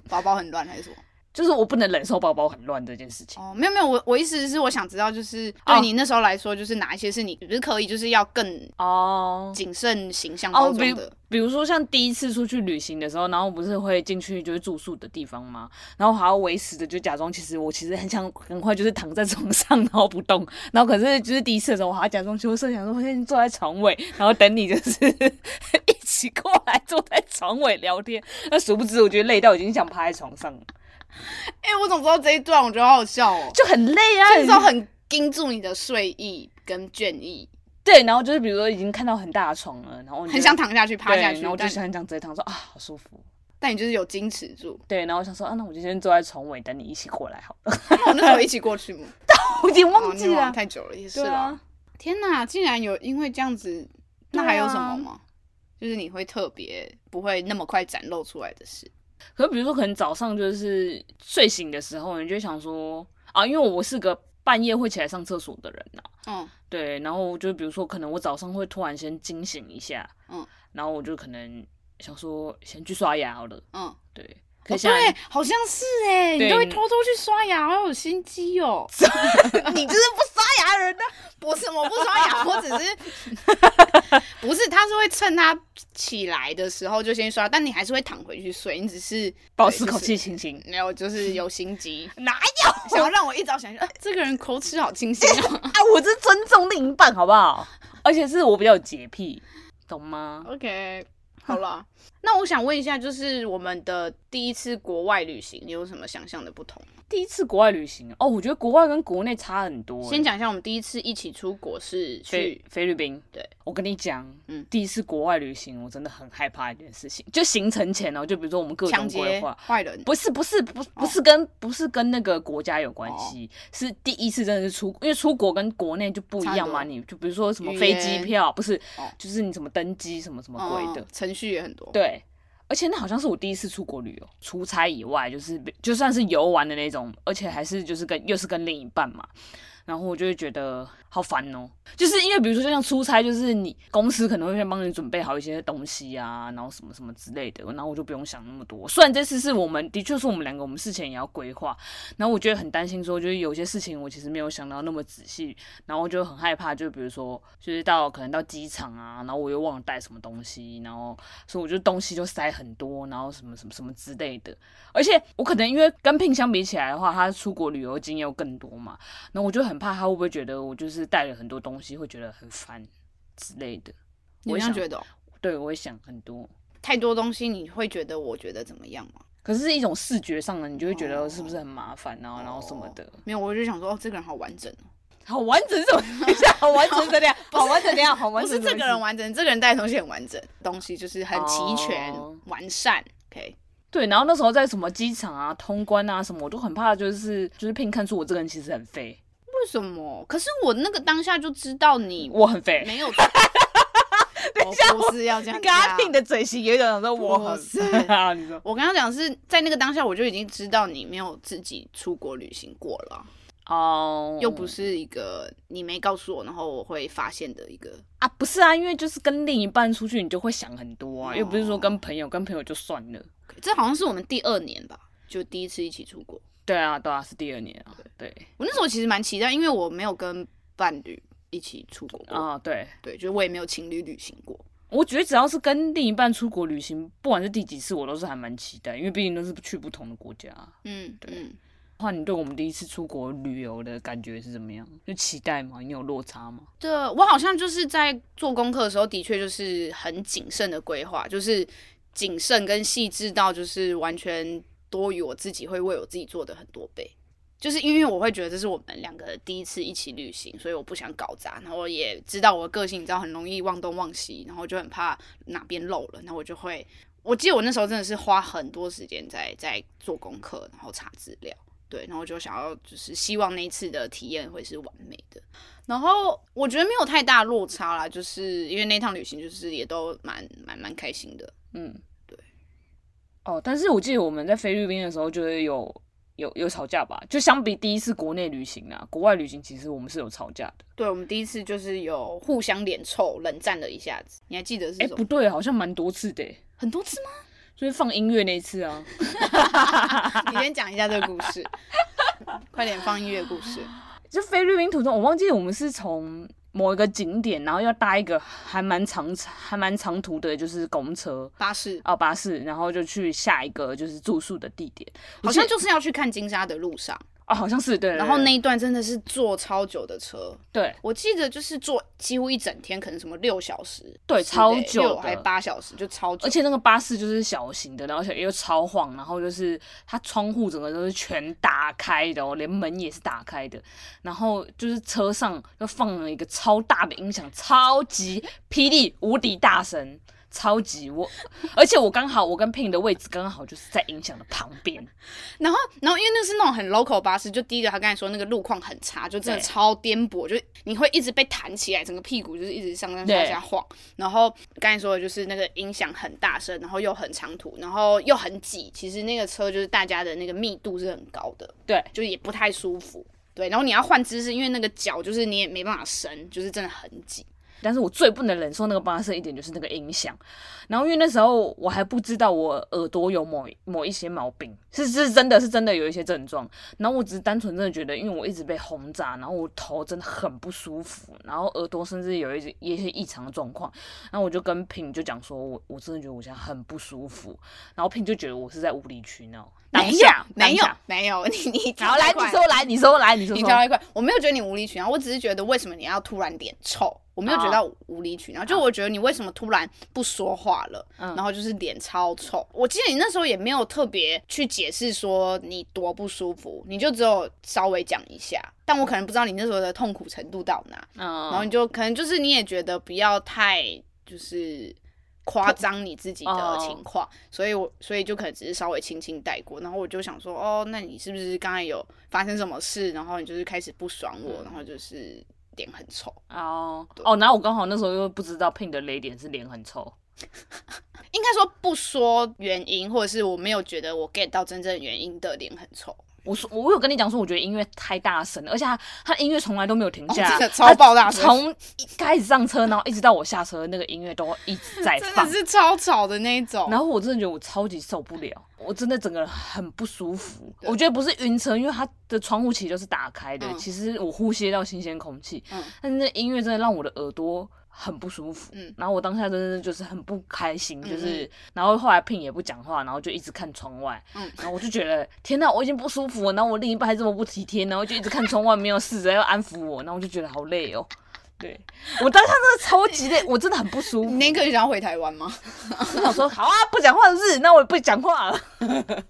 包包很乱还是什么？就是我不能忍受包包很乱这件事情。哦，没有没有，我我意思是我想知道，就是哦对你那时候来说，就是哪一些是你不是可以，就是要更哦谨慎形象包哦，比装如的。比如说像第一次出去旅行的时候，然后不是会进去就是住宿的地方吗？然后还要维持的就假装其实我其实很想很快就是躺在床上然后不动， 然后可是就是第一次的时候我还要假装羞涩，想说我现在坐在床尾， 然后等你就是 一起过来坐在床尾聊天。那殊不知我觉得累到已经想趴在床上了，哎、我怎么知道这一段？我觉得好好笑哦，就很累啊。那时候很盯住你的睡意跟倦意，对，然后就是比如说已经看到很大的床了，然后你就很想躺下去趴对下去，然后就但想很想直接躺说啊好舒服。但你就是有矜持住。对，然后我想说啊，那我就先坐在床尾等你一起过来好了。那我那时候一起过去吗？我已经哦忘你记也了，忘太久了，也是对啦。啊，天哪，竟然有因为这样子，对那啊还有什么吗？就是你会特别不会那么快展露出来的事。可是比如说，可能早上就是睡醒的时候，你就会想说啊，因为我是个半夜会起来上厕所的人呐、嗯，对，然后就比如说，可能我早上会突然先惊醒一下，嗯，然后我就可能想说先去刷牙好了，嗯，对，可哦是现在对，好像是哎，对你都会偷偷去刷牙，好有心机哦。你就是不刷牙的人呢？不是，我不刷牙，我只是不是，他是会趁他起来的时候就先刷，但你还是会躺回去睡，你只是保对持就口是气清新，没有，就是有心机， 哪有想要让我一早想起，哎、这个人口齿好清晰哦。 啊？我是尊重另一半，好不好？ 哦而且是我比较有洁癖，懂吗？ OK，好了，那我想问一下，就是我们的第一次国外旅行，你有什么想象的不同？第一次国外旅行哦，我觉得国外跟国内差很多欸。先讲一下，我们第一次一起出国是菲去，菲律宾，对我跟你讲，嗯第一次国外旅行，我真的很害怕一件事情，就行程前哦，就比如说我们各抢种劫哦规划，坏人，不是不是不不是跟、不是跟那个国家有关哦系，是第一次真的是出，因为出国跟国内就不一样嘛，差很你就比如说什么语飞机言票，不是哦，就是你什么登机什么什么嗯鬼的，程序也很多。对。而且那好像是我第一次出国旅游，出差以外，就是就算是游玩的那种，而且还是就是跟又是跟另一半嘛，然后我就会觉得好烦哦、就是因为比如说就像出差，就是你公司可能会先帮你准备好一些东西啊，然后什么什么之类的，然后我就不用想那么多。虽然这次是我们的确是我们两个，我们事前也要规划，然后我觉得很担心说，就是有些事情我其实没有想到那么仔细，然后我就很害怕，就比如说就是到可能到机场啊，然后我又忘了带什么东西，然后所以我就东西就塞很多，然后什么什么什么之类的。而且我可能因为跟聘相比起来的话，他出国旅游经验又更多嘛，然后我就很怕他会不会觉得我就是带了很多东西，会觉得很烦之类的。我我这样想觉得哦、对，我也想很多，太多东西你会觉得我觉得怎么样吗？可是是一种视觉上的，你就会觉哦得是不是很麻烦啊，然后什么的。没有，我就想说，哦，这个人好完整哦，好完整是什 么？等一下，好完整怎样？好完整怎样？好 完不整是什么意这思？个人完整，这个人带的东西很完整，东西就是很齐全、哦完善。OK，对，然后那时候在什么机场啊、通关啊什么，我都很怕，就是就是聘看出我这个人其实很废，为什么？可是我那个当下就知道你嗯我很废。没有。 等一下我不是要这样你刚讲刚。听你的嘴型有一种想说我不很是废啊，你说我刚刚讲是在那个当下，我就已经知道你没有自己出国旅行过了，哦，又不是一个你没告诉我，然后我会发现的一个。啊，不是啊，因为就是跟另一半出去，你就会想很多啊，哦又不是说跟朋友，跟朋友就算了。这好像是我们第二年吧，就第一次一起出国。对啊，对啊，是第二年啊，对我那时候其实蛮期待，因为我没有跟伴侣一起出国过，啊，对，对，就是我也没有情侣旅行过。我觉得只要是跟另一半出国旅行，不管是第几次，我都是还蛮期待，因为毕竟都是去不同的国家。嗯，对嗯，话，你对我们第一次出国旅游的感觉是怎么样？就期待吗？你有落差吗？对，我好像就是在做功课的时候，的确就是很谨慎的规划，就是谨慎跟细致到就是完全多于我自己会为我自己做的很多倍。就是因为我会觉得这是我们两个第一次一起旅行，所以我不想搞砸。然后我也知道我的个性，你知道很容易忘东忘西，然后就很怕哪边漏了，然后我就会。我记得我那时候真的是花很多时间在在做功课，然后查资料，对，然后就想要就是希望那一次的体验会是完美的。然后我觉得没有太大落差啦，就是因为那趟旅行就是也都蛮蛮蛮开心的。嗯，对。哦，但是我记得我们在菲律宾的时候，就是有有有吵架吧？就相比第一次国内旅行啊，国外旅行其实我们是有吵架的。对，我们第一次就是有互相脸臭，冷战了一下子。你还记得是哎、什不么？对，好像蛮多次的耶，很多 次吗？就是放音乐那一次啊。你先讲一下这个故事， 快点放音乐故事。就菲律宾途中，我忘记我们是从某一个景点，然后要搭一个还蛮长、还蛮长途的，就是公车巴士哦巴士，然后就去下一个就是住宿的地点。好像就是要去看金沙的路上，哦，好像是对。对然后对那一段真的是坐超久的车，对我记得就是坐几乎一整天，可能什么六小时，对超久的六还八小时，就超久。而且那个巴士就是小型的，然后而且又超晃，然后就是它窗户整个都是全打开的哦，连门也是打开的，然后就是车上又放了一个超大的音响，超级霹雳无敌大声。超级我，而且我刚好我跟 Pin 的位置刚好就是在音响的旁边，然后，然后因为那是那种很 local 巴士，就第一个他刚才说那个路况很差，就真的对超颠簸，就是你会一直被弹起来，整个屁股就是一直上上下对下晃。然后刚才说的就是那个音响很大声，然后又很长途，然后又很挤，其实那个车就是大家的那个密度是很高的，对就也不太舒服。对，然后你要换姿势，因为那个脚就是你也没办法伸，就是真的很挤。但是我最不能忍受那个巴士的一点就是那个音响，然后因为那时候我还不知道我耳朵有某某一些毛病，是是真的是真的有一些症状，然后我只是单纯真的觉得，因为我一直被轰炸，然后我头真的很不舒服，然后耳朵甚至有一些一些异常的状况，然后我就跟品就讲说我我真的觉得我现在很不舒服，然后品就觉得我是在无理取闹，当下没有当下，没有， 没有你你然后来快你说来你说来你说你说挑一块，我没有觉得你无理取闹，我只是觉得为什么你要突然脸臭，我没有觉得哦无理取闹，就我觉得你为什么突然不说话了，嗯然后就是脸超臭。我记得你那时候也没有特别去解释说你多不舒服，你就只有稍微讲一下，但我可能不知道你那时候的痛苦程度到哪，然后嗯你就可能就是你也觉得不要太就是。夸张你自己的哦情况，所以我所以就可能只是稍微轻轻带过，然后我就想说，哦，那你是不是刚才有发生什么事，然后你就是开始不爽嗯我，然后就是脸很臭，哦哦，然后我刚好那时候又不知道品的雷点是脸很臭。应该说不说原因，或者是我没有觉得我 get 到真正原因的脸很臭，我说我有跟你讲说，我觉得音乐太大声了，而且他他音乐从来都没有停下来，哦真的超爆大声他从一开始上车，然后一直到我下车，那个音乐都一直 在真放的。是超吵的那一种。然后我真的觉得我超级受不 了，我真的整个人很不舒服。我觉得不是晕车，因为它的窗户其实都是打开的，嗯其实我呼吸到新鲜空气，嗯但是那音乐真的让我的耳朵很不舒服。嗯然后我当下真的就是很不开心，就是、嗯然后后来聘也不讲话，然后就一直看窗外，嗯然后我就觉得天呐，我已经不舒服了，然后我另一半还这么不体贴，然后就一直看窗外，没有试着要安抚我，然后我就觉得好累哦。对 我当下真的超级累，我真的很不舒服。你那刻就想要回台湾 吗？我想说好啊，不讲话是不是？那我也不讲话啊了。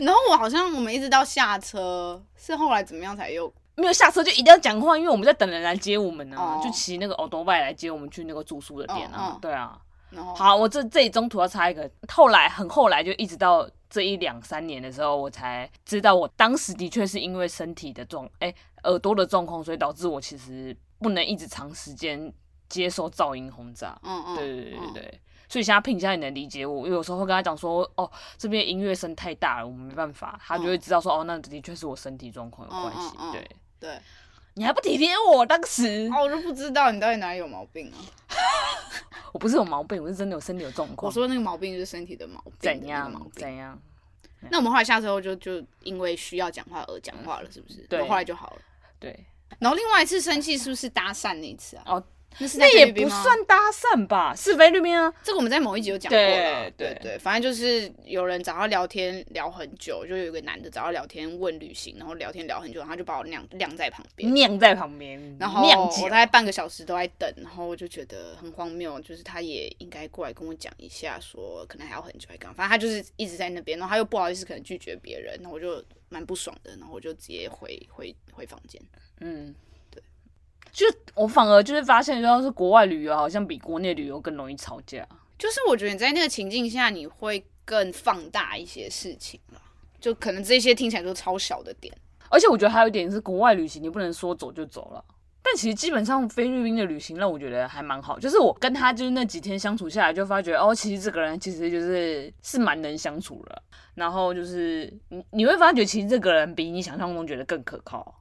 然后我好像我们一直到下车，是后来怎么样才又 没有下车就一定要讲话，因为我们在等人来接我们呢、啊哦就骑那个 o 多拜来接我们去那个住宿的店嗯啊。嗯对啊，然后好，我这这里中途要插一个，后来很后来就一直到这一两三年的时候，我才知道我当时的确是因为身体的状，哎、耳朵的状况，所以导致我其实不能一直长时间接受噪音轰炸。嗯嗯，对对对对嗯对。所以现在聘现在也能理解我，因为有时候会跟他讲说，哦，这边音乐声太大了，我没办法，他就会知道说，哦，那的确是我身体状况有关系。嗯嗯嗯嗯对，对。你还不体贴我，当时、哦，我就不知道你到底哪里有毛病啊！我不是有毛病，我是真的有身体有状况。我说那个毛病就是身体的毛病，怎那个毛样病？怎样？那我们后来下车后就就因为需要讲话而讲话了，是不是？对然后后来就好了。对，然后另外一次生气是不是搭讪那一次啊？哦，那是在那也菲律宾不吗算搭讪吧，是菲律宾啊。这个我们在某一集有讲过了，对对对反正就是有人找他聊天聊很久，就有一个男的找他聊天问旅行，然后聊天聊很久，然后他就把我晾晾在旁边，酿在旁边，然后酿我酒大概半个小时都在等，然后我就觉得很荒谬，就是他也应该过来跟我讲一下，说可能还要很久还干嘛，反正他就是一直在那边，然后他又不好意思可能拒绝别人，那我就蛮不爽的，然后我就直接回回回房间。嗯，对，就是我反而就是发现，要是国外旅游，好像比国内旅游更容易吵架。就是我觉得你在那个情境下，你会更放大一些事情了，就可能这些听起来都超小的点。而且我觉得还有一点是，国外旅行你不能说走就走了。但其实基本上菲律宾的旅行让我觉得还蛮好，就是我跟他就是那几天相处下来，就发觉哦，其实这个人其实就是是蛮能相处的。然后就是你你会发觉，其实这个人比你想象中觉得更可靠，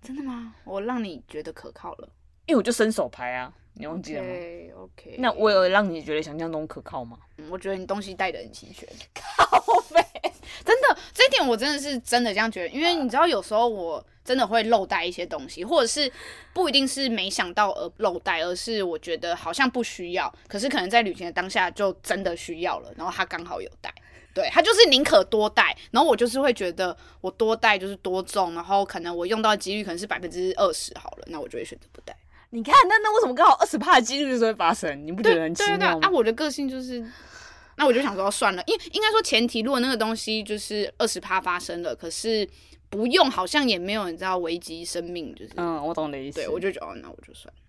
真的吗？我让你觉得可靠了。因为我就伸手牌啊，你忘记了吗 o k 那我有让你觉得想象中可靠吗？我觉得你东西带的很齐全， 靠背， 真的，这一点我真的是真的这样觉得，因为你知道有时候我真的会漏带一些东西，或者是不一定是没想到而漏带，而是我觉得好像不需要，可是可能在旅行的当下就真的需要了，然后他刚好有带。对他就是宁可多带，然后我就是会觉得我多带就是多重，然后可能我用到的几率可能是百分之二十好了，那我就会选择不带。你看那那为什么刚好二十帕的几率就会发生？你不觉得很奇对对妙啊，吗？我的个性就是，那我就想说哦算了，因应该说前提，如果那个东西就是二十趴发生了，可是不用好像也没有你知道危及生命，就是、嗯，我懂你的意思。对我就觉得哦，那我就算了。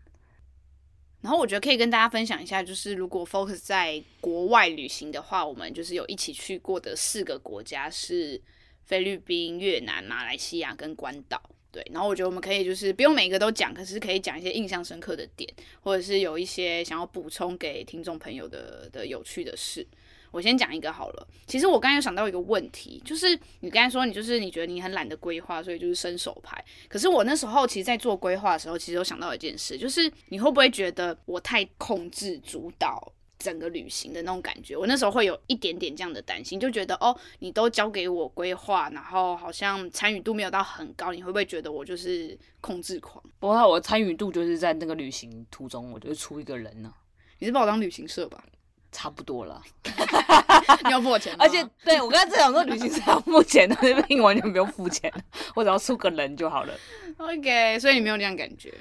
然后我觉得可以跟大家分享一下，就是如果 focus 在国外旅行的话，我们就是有一起去过的四个国家是菲律宾、越南、马来西亚跟关岛。对，然后我觉得我们可以就是不用每一个都讲，可是可以讲一些印象深刻的点，或者是有一些想要补充给听众朋友的的有趣的事。我先讲一个好了。其实我刚才有想到一个问题，就是你刚才说你就是你觉得你很懒得规划，所以就是伸手牌。可是我那时候其实，在做规划的时候，其实有想到一件事，就是你会不会觉得我太控制主导整个旅行的那种感觉？我那时候会有一点点这样的担心，就觉得哦，你都交给我规划，然后好像参与度没有到很高，你会不会觉得我就是控制狂？不过我的参与度就是在那个旅行途中，我就会出一个人呢、你是把我当旅行社 吧？差不多了。嗯你要付我钱吗？而且对我刚才正想说，旅行是要付钱的，那边完全不用付钱，我只要出个人就好了。 OK，所以你没有那样感觉。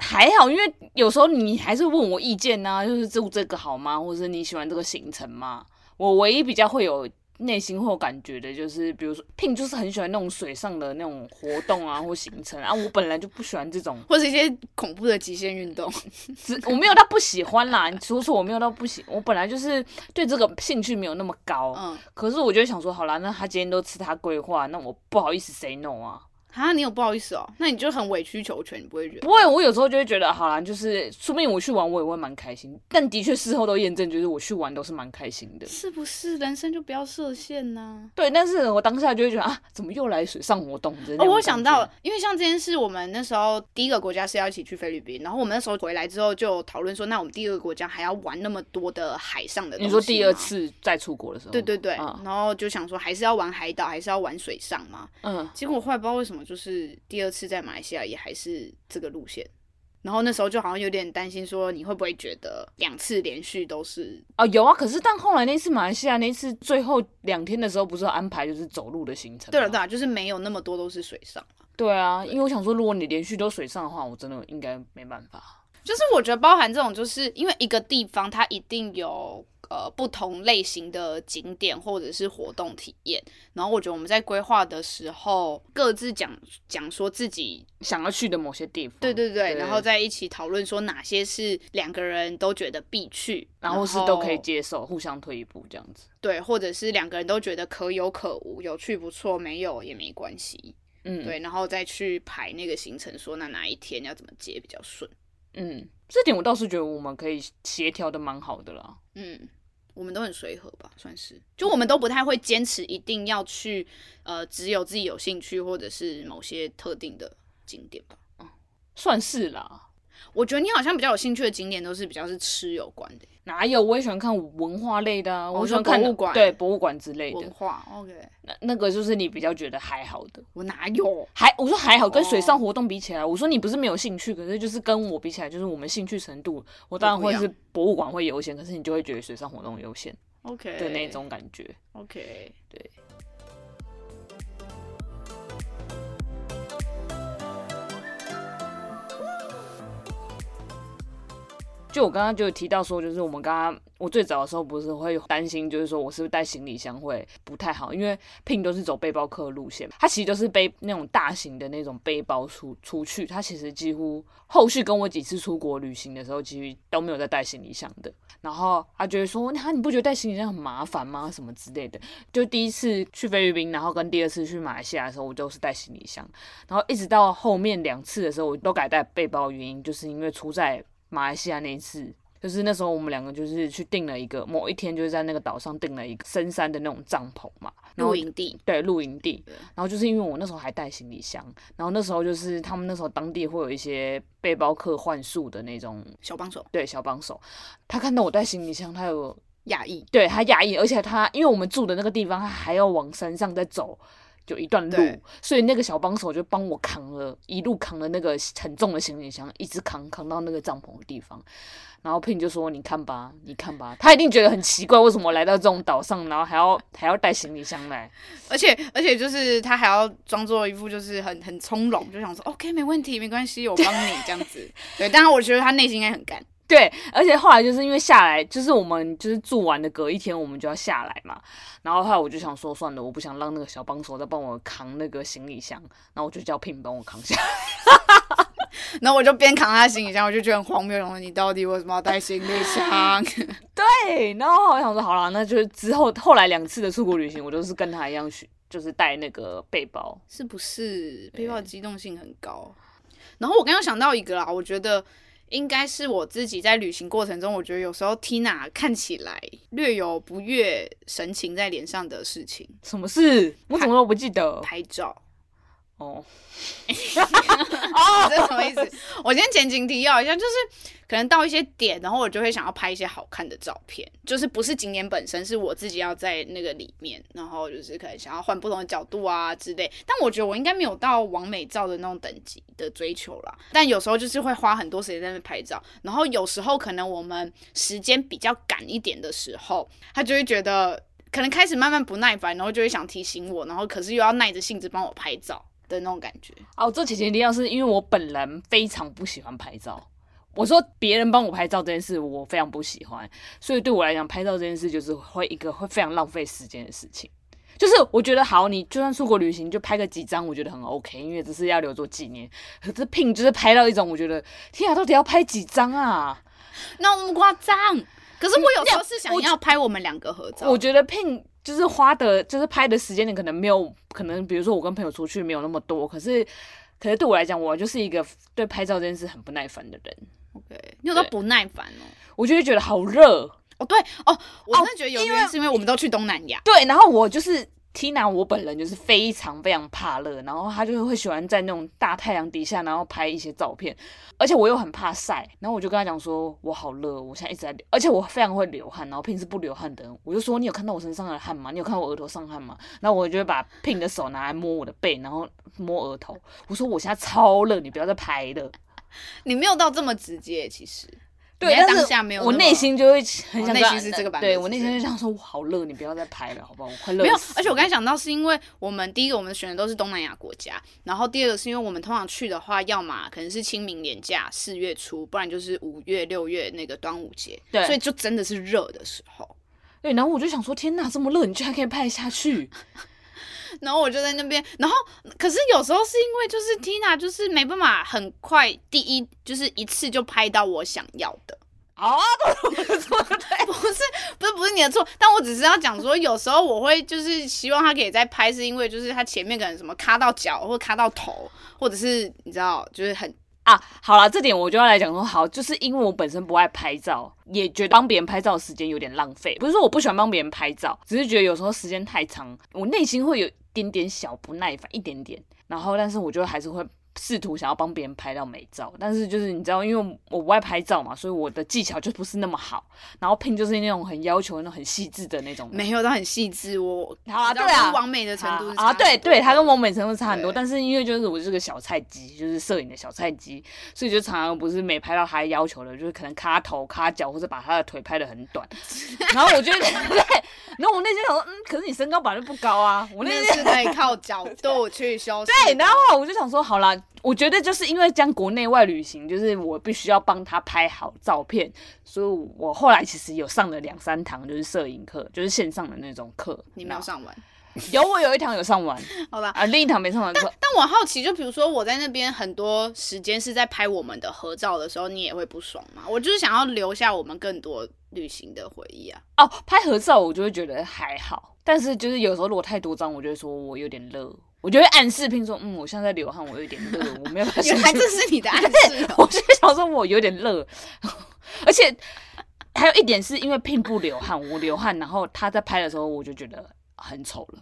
还好，因为有时候你还是问我意见呐、就是住这个好吗，或者是你喜欢这个行程吗？我唯一比较会有内心或感觉的，就是比如说 Pin 就是很喜欢那种水上的那种活动啊或行程啊，我本来就不喜欢这种 或是一些恐怖的极限运动，只我没有到不喜欢啦，你说错，我没有到不喜，我本来就是对这个兴趣没有那么高，嗯，可是我就会想说，好啦，那他今天都吃他规划，那我不好意思 say no 啊，啊，你有不好意思哦，那你就很委曲求全，你不会觉得不会，我有时候就会觉得，好啦，就是说不定我去玩我也会蛮开心，但的确事后都验证，就是我去玩都是蛮开心的。是不是？人生就不要设限呐、对，但是我当下就会觉得啊，怎么又来水上活动？真的哦，我想到，了，因为像这件事，我们那时候第一个国家是要一起去菲律宾，然后我们那时候回来之后就有讨论说，那我们第二个国家还要玩那么多的海上的东西你吗说第二？次再出国的时候，对对对，嗯然后就想说还是要玩海岛，还是要玩水上嘛。嗯，结果我后来不知道为什么，就是第二次在马来西亚也还是这个路线。然后那时候就好像有点担心，说你会不会觉得两次连续都是哦有啊，可是但后来那次马来西亚那次最后两天的时候，不是有安排就是走路的行程？对了对，了，就是没有那么多都是水上。对啊，因为我想说，如果你连续都水上的话，我真的应该没办法。就是我觉得包含这种，就是因为一个地方它一定有呃不同类型的景点或者是活动体验，然后我觉得我们在规划的时候各自讲讲说自己想要去的某些地方，对对对，然后再在一起讨论说哪些是两个人都觉得必去，然后是都可以接受，互相退一步这样子。对，或者是两个人都觉得可有可无，有去不错，没有也没关系，嗯，，对，然后再去排那个行程，说那哪一天要怎么接比较顺，嗯，这点我倒是觉得我们可以协调的蛮好的啦。嗯，我们都很随和吧，算是。就我们都不太会坚持一定要去，呃，只有自己有兴趣或者是某些特定的景点吧。算是啦。我觉得你好像比较有兴趣的景点都是比较是吃有关的哪有？我也喜欢看文化类的啊，我喜欢看你哦说博物馆对博物馆之类文的。化。OK，那那个就是你比较觉得还好的，我哪有？还我说还好，跟哦水上活动比起来，我说你不是没有兴趣，可是就是跟我比起来，就是我们兴趣程度，我当然会不一是博物馆会优先，可是你就会觉得水上活动优先 OK 的那。种感觉。 OK，对。就我刚刚就有提到说，就是我们刚刚我最早的时候不是会担心，就是说我是不是带行李箱会不太好，因为 Pin 都是走背包客路线，他其实都是背那种大型的那种背包出出去，他其实几乎后续跟我几次出国旅行的时候，其实都没有在带行李箱的。然后他就会说，那你不觉得带行李箱很麻烦吗？什么之类的。就第一次去菲律宾，然后跟第二次去马来西亚的时候，我都是带行李箱，然后一直到后面两次的时候，我都改带背包，原因就是因为出在马来西亚那一次。就是那时候我们两个就是去订了一个某一天就是在那个岛上订了一个深山的那种帐篷嘛，然后露营地对露营地对，然后就是因为我那时候还带行李箱，然后那时候就是他们那时候当地会有一些背包客换宿的那种小帮手对小帮手，他看到我带行李箱，他有亚裔，对他压抑，而且他因为我们住的那个地方，他还要往山上再走，有一段路对，所以那个小帮手就帮我扛了，一路扛了那个很重的行李箱，一直扛扛到那个帐篷的地方。然后 Pin 就说：“你看吧，你看吧。”他一定觉得很奇怪，为什么来到这种岛上，然后还要还要带行李箱来？而且而且就是他还要装作一副就是很很从容，就想说 OK 没问题，没关系，我帮你这样子。对，当然我觉得他内心应该很干。 对，而且后来就是因为下来，就是我们就是住完的隔一天，我们就要下来嘛。然后后来我就想说，算了，我不想让那个小帮手再帮我扛那个行李箱，然后我就叫 Pin 帮我扛下来 然后我就边扛他行李箱，我就觉得很荒谬，然后你到底为什么要带行李箱？ 对，然后我想说，好啦，那就是之后后来两次的出国旅行，我都是跟他一样去，就是带那个背包。是不是背包的机动性很高？然后我刚刚想到一个啦，我觉得应该是我自己在旅行过程中，我觉得有时候 Tina 看起来略有不悦神情在脸上的事情，什么事？我怎么都不记得拍照。哦。这是什么意思？ 我先前情提要一下，就是可能到一些点，然后我就会想要拍一些好看的照片，就是不是景点本身，是我自己要在那个里面，然后就是可能想要换不同的角度啊之类。但我觉得我应该没有到完美照的那种等级的追求啦。但有时候就是会花很多时间在那边拍照，然后有时候可能我们时间比较赶一点的时候，他就会觉得。可能开始慢慢不耐烦，然后就会想提醒我，然后可是又要耐着性子帮我拍照的那种感觉。哦，这姐姐一定要是因为我本人非常不喜欢拍照。我说别人帮我拍照这件事，我非常不喜欢，所以对我来讲，拍照这件事就是会一个会非常浪费时间的事情。就是我觉得好，你就算出国旅行就拍个几张，我觉得很 OK，因为这是要留作纪念。可是 Pin 就是拍到一种，我觉得天啊，到底要拍几张啊？哪有那么夸张？可是我有时候是想要拍我们两个合照，我觉得 pin 就是花的，就是拍的时间点可能没有，可能比如说我跟朋友出去没有那么多，可是可是对我来讲，我就是一个对拍照这件事很不耐烦的人， OK，你有时候不耐烦哦。我就会觉得好热。哦，对哦，我真的觉得有原因是因为我们都去东南亚，对，然后我就是 Tina，我本人就是非常非常怕热，然后她就是会喜欢在那种大太阳底下，然后拍一些照片，而且我又很怕晒，然后我就跟她讲说，我好热，我现在一直在流，而且我非常会流汗，然后 Pin 是不流汗的人，我就说你有看到我身上的汗吗？你有看到我额头上汗吗？然后我就会把 Pin 的手拿来摸我的背，然后摸额头，我说我现在超热，你不要再拍了。你没有到这么直接，其实对，你在但当是下没有那我么，内心就会很哦想内跟心她是这个版对本我是内不心是就想说，我好热，你不要再拍了，好不好？我快热没有死。而且我了刚才想到是因为我们第一个我们选的都是东南亚国家，然后第二个是因为我们通常去的话，要么可能是清明年假四月初，不然就是五月六月那个端午节，对所以就真的是热的时候。对，然后我就想说，天哪，这么热，你居然可以拍得 下去？然后我就在那边，然后可是有时候是因为就是 Tina 就是没办法很快第一就是一次就拍到我想要的， 哦，不是不是不是你的错，但我只是要讲说有时候我会就是希望他可以再拍，是因为就是他前面可能什么卡到脚或卡到头，或者是你知道就是很啊，好了，这点我就要来讲说，好，就是因为我本身不爱拍照，也觉得帮别人拍照的时间有点浪费。不是说我不喜欢帮别人拍照，只是觉得有时候时间太长，我内心会有一点点小不耐烦，一点点。然后，但是我就还是会试图想要帮别人拍到美照，但是就是你知道，因为我不爱拍照嘛，所以我的技巧就不是那么好。然后拼就是那种很要求、那种很细致的那种。没有到很细致，我好 啊你知道对啊跟完美的程度是啊，差很多对对，他跟王美成都差很多，对但是因为就是我是个小菜鸡，就是摄影的小菜鸡，所以就常常不是没拍到他要求的，就是可能卡头、卡脚，或者把他的腿拍的很 短，然后我就 对，然后我内心想说，嗯，可是你身高本来就不高啊，我我那那天是可以靠 角度去修饰对，的然后我就想说，好啦，我觉得就是因为将国内外旅行，就是我必须要帮他拍好照片，所以我后来其实有上了两三堂就是摄影课，就是线上的那种课。你没有？上完，有，我有一堂有上完 好吧？啊，另一堂没上完。但我好奇，就比如说我在那边很多时间是在拍我们的合照的时候，你也会不爽吗？我就是想要留下我们更多旅行的回忆 啊。哦，拍合照我就会觉得还好，但是就是有时候如果太多张，我就会说我有点热，我就会暗示拼说，嗯，我现在在流汗，我有点热，我没有办法原想来出这是你的暗示、 我哦。就想说我有点热，而且还有一点是因为拼不流汗，我流汗，然后他在拍的时候我就觉得很丑了，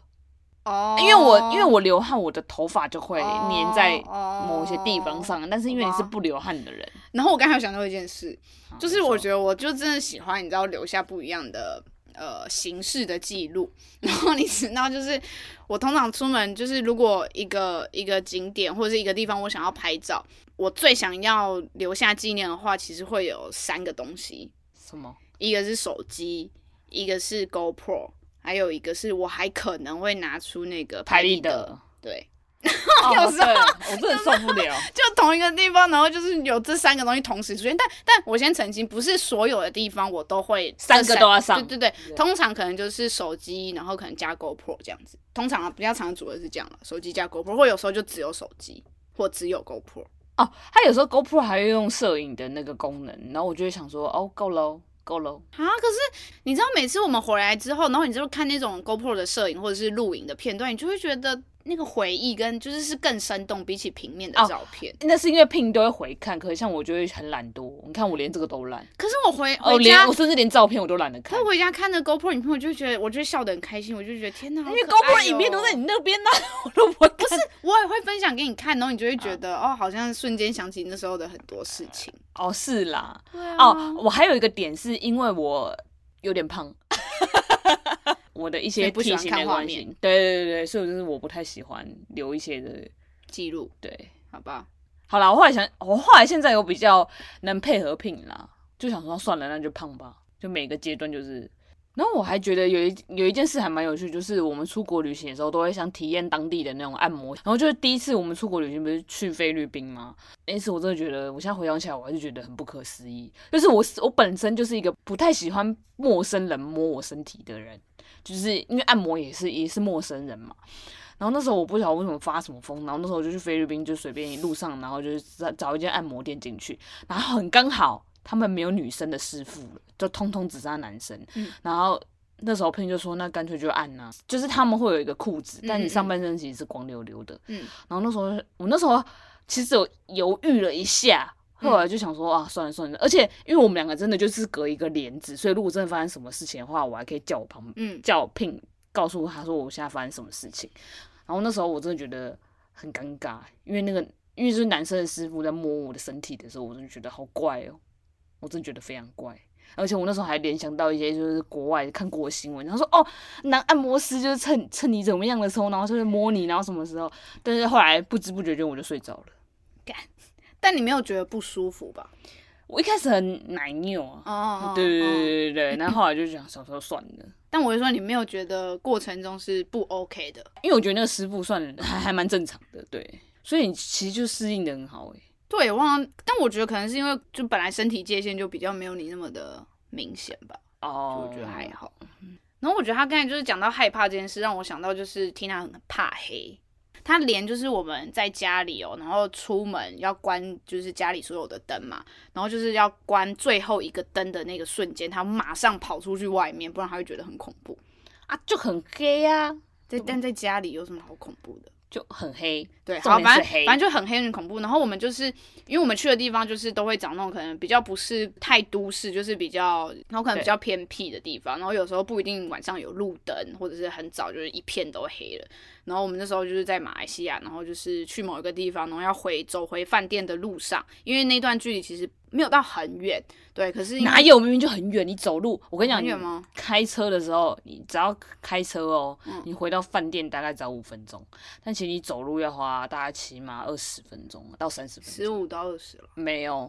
哦 因为我因为我流汗，我的头发就会粘在哦某些地方上，但是因为你是哇不流汗的人，然后我刚才有想到一件事，啊就是我觉你得我就真的喜欢，你知道留下不一样的呃形式的记录。然后你知道，就是我通常出门，就是如果一个一个景点或者是一个地方，我想要拍照，我最想要留下纪念的话，其实会有三个东西，说什么一个是手机，一个是 GoPro，还有一个是我还可能会拿出那个拍立立 得，对，哦有时候对我真的受不了。就同一个地方，然后就是有这三个东西同时出现。但但我先澄清，不是所有的地方我都会三个都要上对对对，通常可能就是手机，然后可能加 GoPro 这样子。通常比较常组合是这样了，手机加 GoPro，或有时候就只有手机，或只有 GoPro。哦，它有时候 GoPro 还会用摄影的那个功能，然后我就会想说，哦，够喽，够喽。啊！可是你知道，每次我们回来之后，然后你就看那种 GoPro 的摄影或者是录影的片段，你就会觉得那个回忆跟就是是更生动，比起平面的哦照片。那是因为 Pin 都会回看，可是像我就会很懒惰，你看我连这个都懒，可是我回哦，回家，连我甚至连照片我都懒得看可是，回家看那 GoPro 影片，我就觉得我就会笑得很开心，我就觉得天哪，因因为 GoPro 的影片都在你那边呢、我都哦不会看。我也会分享给你看，然后你就会觉得、哦，好像瞬间想起那时候的很多事情。哦，是啦，对啊 哦，我还有一个点是因为我有点 胖，我的一所以些不喜体欢型看的画关面系，对对对对，所以就是我不太喜欢留一些的，记录，对。好吧，好啦，我后来想，我后来现在有比较能配合品啦，就想说算了，那就胖吧，就每个阶段就是。然后我还觉得有一有一件事还蛮有趣，就是我们出国旅行的时候都会想体验当地的那种按摩。然后就是第一次我们出国旅行不是去菲律宾吗？那一次我真的觉得，我现在回想起来我还是觉得很不可思议。就是我我本身就是一个不太喜欢陌生人摸我身体的人，就是因为按摩也是也是陌生人嘛。然后那时候我不晓得为什么发什么疯，然后那时候我就去菲律宾，就随便一路上，然后就是找找一间按摩店进去，然后很刚好他们没有女生的师傅了，就通通只剩下男生。嗯然后那时候朋友就说，那干脆就按呐、就是他们会有一个裤子，嗯但嗯你嗯上半身其实是光溜溜的。嗯，然后那时候我那时候其实有犹豫了一下。后嗯来就想说啊，算了算了，而且因为我们两个真的就是隔一个帘子，所以如果真的发生什么事情的话，我还可以叫我旁嗯叫聘告诉他说我现在发生什么事情。然后那时候我真的觉得很尴尬，因为那个因为就是男生的师傅在摸我的身体的时候，我真的觉得好怪哦，我真的觉得非常怪。而且我那时候还联想到一些就是国外看过的新闻，他说哦，男按摩师就是趁趁你怎么样的时候，然后就是摸你，然后什么时候，但是后来不知不觉间我就睡着了。但你没有觉得不舒服吧？我一开始很奶拗哦，啊，对对对哦。对对，然后后来就想想说算了，但我是说，你没有觉得过程中是不 OK 的。因为我觉得那个师傅算还还蛮正常的，对，所以你其实就适应的很好欸诶、对，我忘了，但我觉得可能是因为就本来身体界限就比较没有你那么的明显吧，就哦我觉得还好。嗯然后我觉得他刚才就是讲到害怕这件事，让我想到就是 Tina 很怕黑，她连就是我们在家里哦，然后出门要关就是家里所有的灯嘛，然后就是要关最后一个灯的那个瞬间，她马上跑出去外面，不然她会觉得很恐怖。啊，就很黑啊，在但在家里有什么好恐怖的？就很黑，对，重好，点反是正黑，反正就很黑很恐怖。然后我们就是因为我们去的地方就是都会找那种可能比较不是太都市，就是比较然后可能对比较偏僻的地方，然后有时候不一定晚上有路灯，或者是很早就是一片都黑了。然后我们那时候就是在马来西亚，然后就是去某一个地方，然后要回走回饭店的路上，因为那段距离其实没有到很远，对，可是因为哪有明明就很远，你走路，我跟你讲，很你远吗开车的时候，你只要开车哦，嗯你回到饭店大概只要五分钟，但其实你走路要花大概起码二十分钟啊到三十分十钟，五到二十了没有，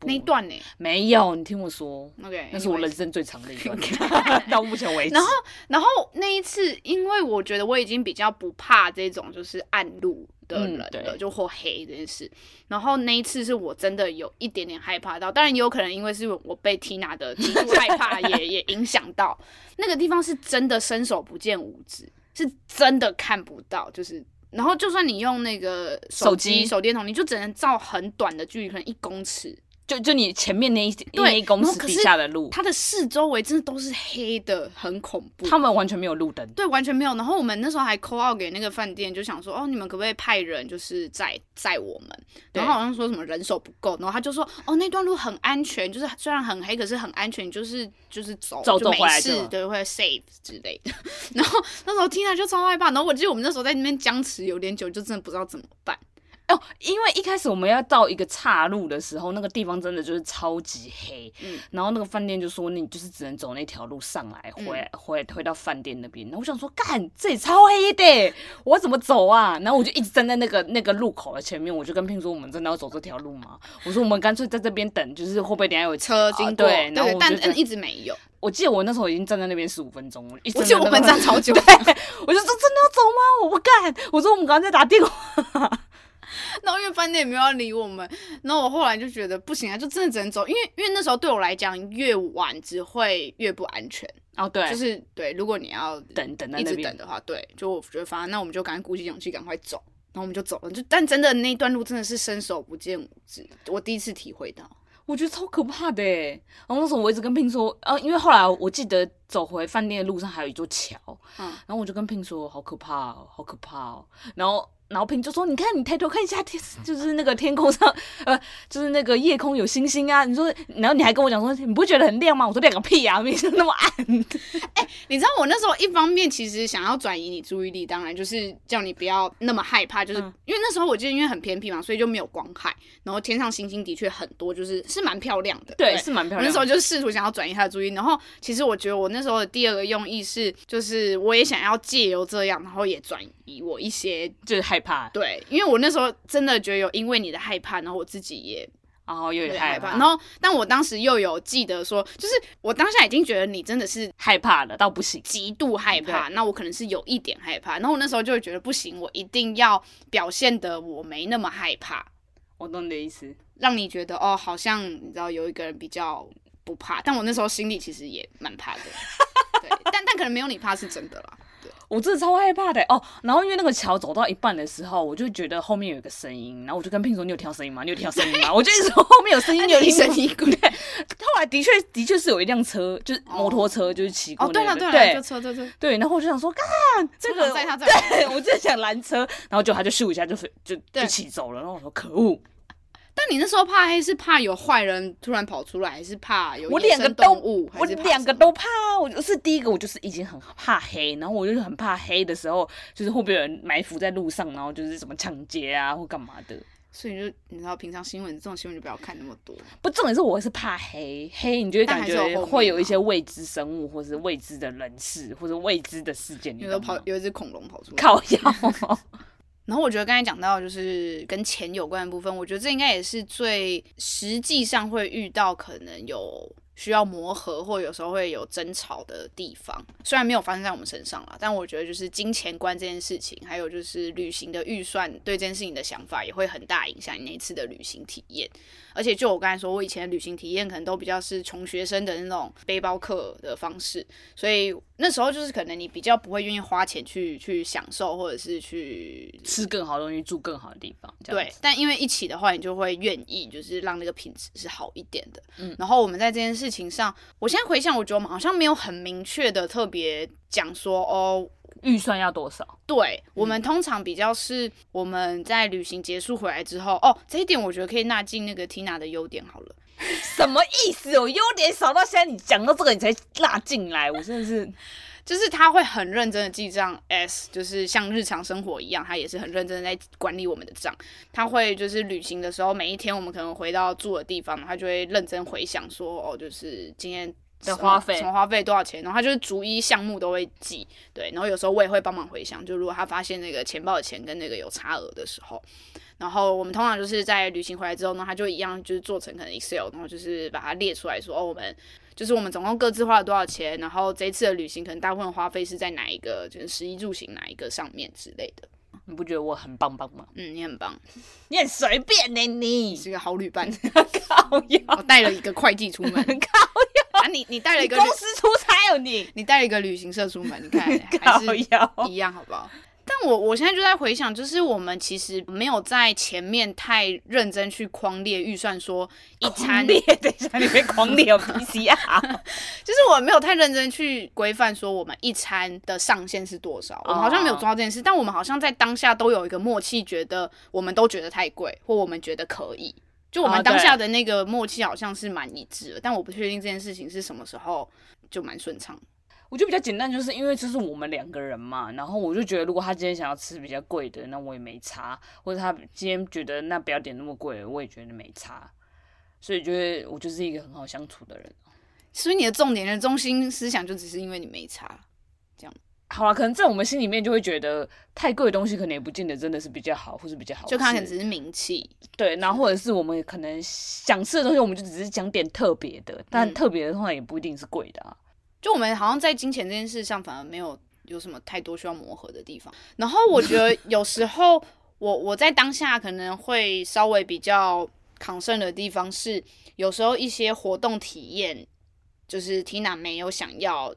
不那一段呢没有，你听我说， ？OK，那是我 anyways 人生最长的一 段，到目前为止。然后然后那一次，因为我觉得我已经比较不怕这种就是暗路的人嗯了，对就或黑这件事。然后那一次是我真的有一点点害怕到，当然也有可能因为是我被 Tina 的极度害怕也也影响到。那个地方是真的伸手不见五指，是真的看不到，就是。然后就算你用那个手手机、机手电筒，你就只能照很短的距离，可能一公尺，就就你前面那一对那一公然后司可底是下的路，它的四周围真的都是黑的，很恐怖。他们完全没有路灯。对，完全没有。然后我们那时候还 call out 给那个饭店，就想说，哦，你们可不可以派人就是载载我们？对然后好像说什么人手不够，然后他就说，哦，那段路很安全，就是虽然很黑，可是很安全，就是就是走走就走没回来就事，好对，会 safe 之类的。 然后那时候听了就超害怕，然后我记得我们那时候在那边僵持有点久，就真的不知道怎么办。哦，因为一开始我们要到一个岔路的时候，那个地方真的就是超级黑，嗯然后那个饭店就说你就是只能走那条路上来，嗯回来回回到饭店那边。然后我想说，干，这里超黑的，我要怎么走啊？然后我就一直站在那个那个路口的前面，我就跟聘说，我们真的要走这条路吗？我说我们干脆在这边等，就是会不会等一下有车经过，啊对，然后对，我但就在嗯一直没有。我记得我那时候已经站在那边十五分钟，了，一直我记得我们在那站边超久 对，我就说真的要走吗？我不干，我说我们刚刚在打电话，然后因为饭店也没有要理我们，然后我后来就觉得不行啊，就真的只能走，因为因为那时候对我来讲，越晚只会越不安全，哦对，就就是是对，如果你要等等在一那直边等，的话，对，就我觉得反正那我们就赶快鼓起勇气赶快走，然后我们就走了，就但真的那一段路真的是伸手不见五指，我第一次体会到，我觉得超可怕的欸。然后那时候我一直跟聘说，呃，因为后来我记得走回饭店的路上还有一座桥，嗯然后我就跟聘说好可怕哦，好可怕哦。然后然后聘就说，你看你抬头看一下天，就是那个天空上， 呃，就是那个夜空有星星啊。你说，然后你还跟我讲说，你不觉得很亮吗？我说亮个屁啊，明明就那么暗。你知道我那时候一方面其实想要转移你注意力，当然就是叫你不要那么害怕，就是、嗯因为那时候我记得因为很偏僻嘛，所以就没有光害，然后天上星星的确很多，就是是蛮漂亮的， 对，是蛮漂我亮的。那时候就试图想要转移他的注意，然后其实我觉得我那时候的第二个用意是，就是我也想要借由这样，然后也转移我一些就是害怕，对，因为我那时候真的觉得有因为你的害怕，然后我自己也然后哦又有有点点害害怕，怕，然后但我当时又有记得说，就是我当下已经觉得你真的是害怕了到不行。极度害怕，那我可能是有一点害怕，然后我那时候就会觉得不行，我一定要表现的我没那么害怕，我懂你的意思，让你觉得哦，好像你知道有一个人比较不怕，但我那时候心里其实也蛮怕的，对，但但可能没有你怕是真的啦。我真的超害怕的哦。然后因为那个桥走到一半的时候，我就觉 得后面有一个声音，然后我就跟聘说：“你有听到声音吗？你有听到声音吗？”我就一直说后面有声音，啊你有疑 听到神疑鬼，来的确的确是有一辆车，就是摩托车，就是骑过哦，那对了边、对了，就车对对对，对，然后我就想说，干这个在他这 对我就想拦车，然后就他就咻一下就飞就就对骑走了，然后我说可恶，但你那时候怕黑是怕有坏人突然跑出来，还是怕有我野两生个都动物，我还是怕两个什么都怕啊，我就是第一个我就是已经很怕黑，然后我就是很怕黑的时候，就是会不会有人埋伏在路上，然后就是什么抢劫啊或干嘛的。所以你就你知道，平常新闻这种新闻就不要看那么多。不，重点是我是怕黑，黑你就会但感还是有后觉面啊会有嘛一些未知生物，或是未知的人事，或者未知的事件。你有的懂跑吗有一只恐龙跑出来， 靠 腰，然后我觉得刚才讲到就是跟钱有关的部分，我觉得这应该也是最实际上会遇到可能有需要磨合或有时候会有争吵的地方。虽然没有发生在我们身上啦，但我觉得就是金钱观这件事情，还有就是旅行的预算对这件事情的想法，也会很大影响你那一次的旅行体验。而且就我刚才说，我以前的旅行体验可能都比较是穷学生的那种背包客的方式，所以那时候就是可能你比较不会愿意花钱去去享受或者是去吃更好的东西，住更好的地方，这样对子，但因为一起的话，你就会愿意，就是让那个品质是好一点的。嗯然后我们在这件事情上，我现在回想，我觉得我们好像没有很明确的特别讲说哦。预算要多少？对我嗯们通常比较是我们在旅行结束回来之后，哦，这一点我觉得可以纳进那个 Tina 的优点好了。什么意思？我优点少到现在，你讲到这个你才拉进来，我真的是就是他会很认真的记账，S 就是像日常生活一样，他也是很认真的在管理我们的账。他会就是旅行的时候，每一天我们可能回到住的地方，他就会认真回想说，哦，就是今天的什么花费什么花费多少钱，然后他就是逐一项目都会记，对，然后有时候我也会帮忙回想，就如果他发现那个钱包的钱跟那个有差额的时候。然后我们通常就是在旅行回来之后呢，他就一样就是做成可能 Excel，然后就是把它列出来说，哦，我们就是我们总共各自花了多少钱，然后这一次的旅行可能大部分花费是在哪一个，就是食衣住行哪一个上面之类的。你不觉得我很棒棒吗？嗯，你很 棒，你很随便呢、你是个好旅 伴。 靠腰，我带了一个会计出 门，靠啊，你你带了一你个公旅司出差哦你，你带了一个旅行社出 门，你看还 靠是腰，一样好不好？但我我现在就在回想，就是我们其实没有在前面太认真去框列预算，说一餐狂烈， 等一下你被狂烈哦 有 PCR，就是我没有太认真去规范说我们一餐的上限是多少，我们好像没有抓到这件事，但我们好像在当下都有一个默契，觉得我们都觉得太贵，或我们觉得可以，就我啊们当对下的那个默契好像是蛮一致的，但我不确定这件事情是什么时候就蛮顺畅。我觉得比较简单，就是因为就是我们两个人嘛，然后我就觉得如果他今天想要吃比较贵的，那我也没差，或者他今天觉得那不要点那么贵，我也觉得没差，所以就是我就是一个很好相处的人。所以你的重点的中心思想就只是因为你没差，好了，可能在我们心里面就会觉得太贵的东西，可能也不见得真的是比较好，或是比较好吃。就看可能只是名气，对，然后或者是我们可能想吃的东西，我们就只是讲点特别的，但嗯特别的通常也不一定是贵的啊。就我们好像在金钱这件事上反而没有有什么太多需要磨合的地方。然后我觉得有时候我我在当下可能会稍微比较 concern 的地方是，有时候一些活动体验，就是 Tina 没有想要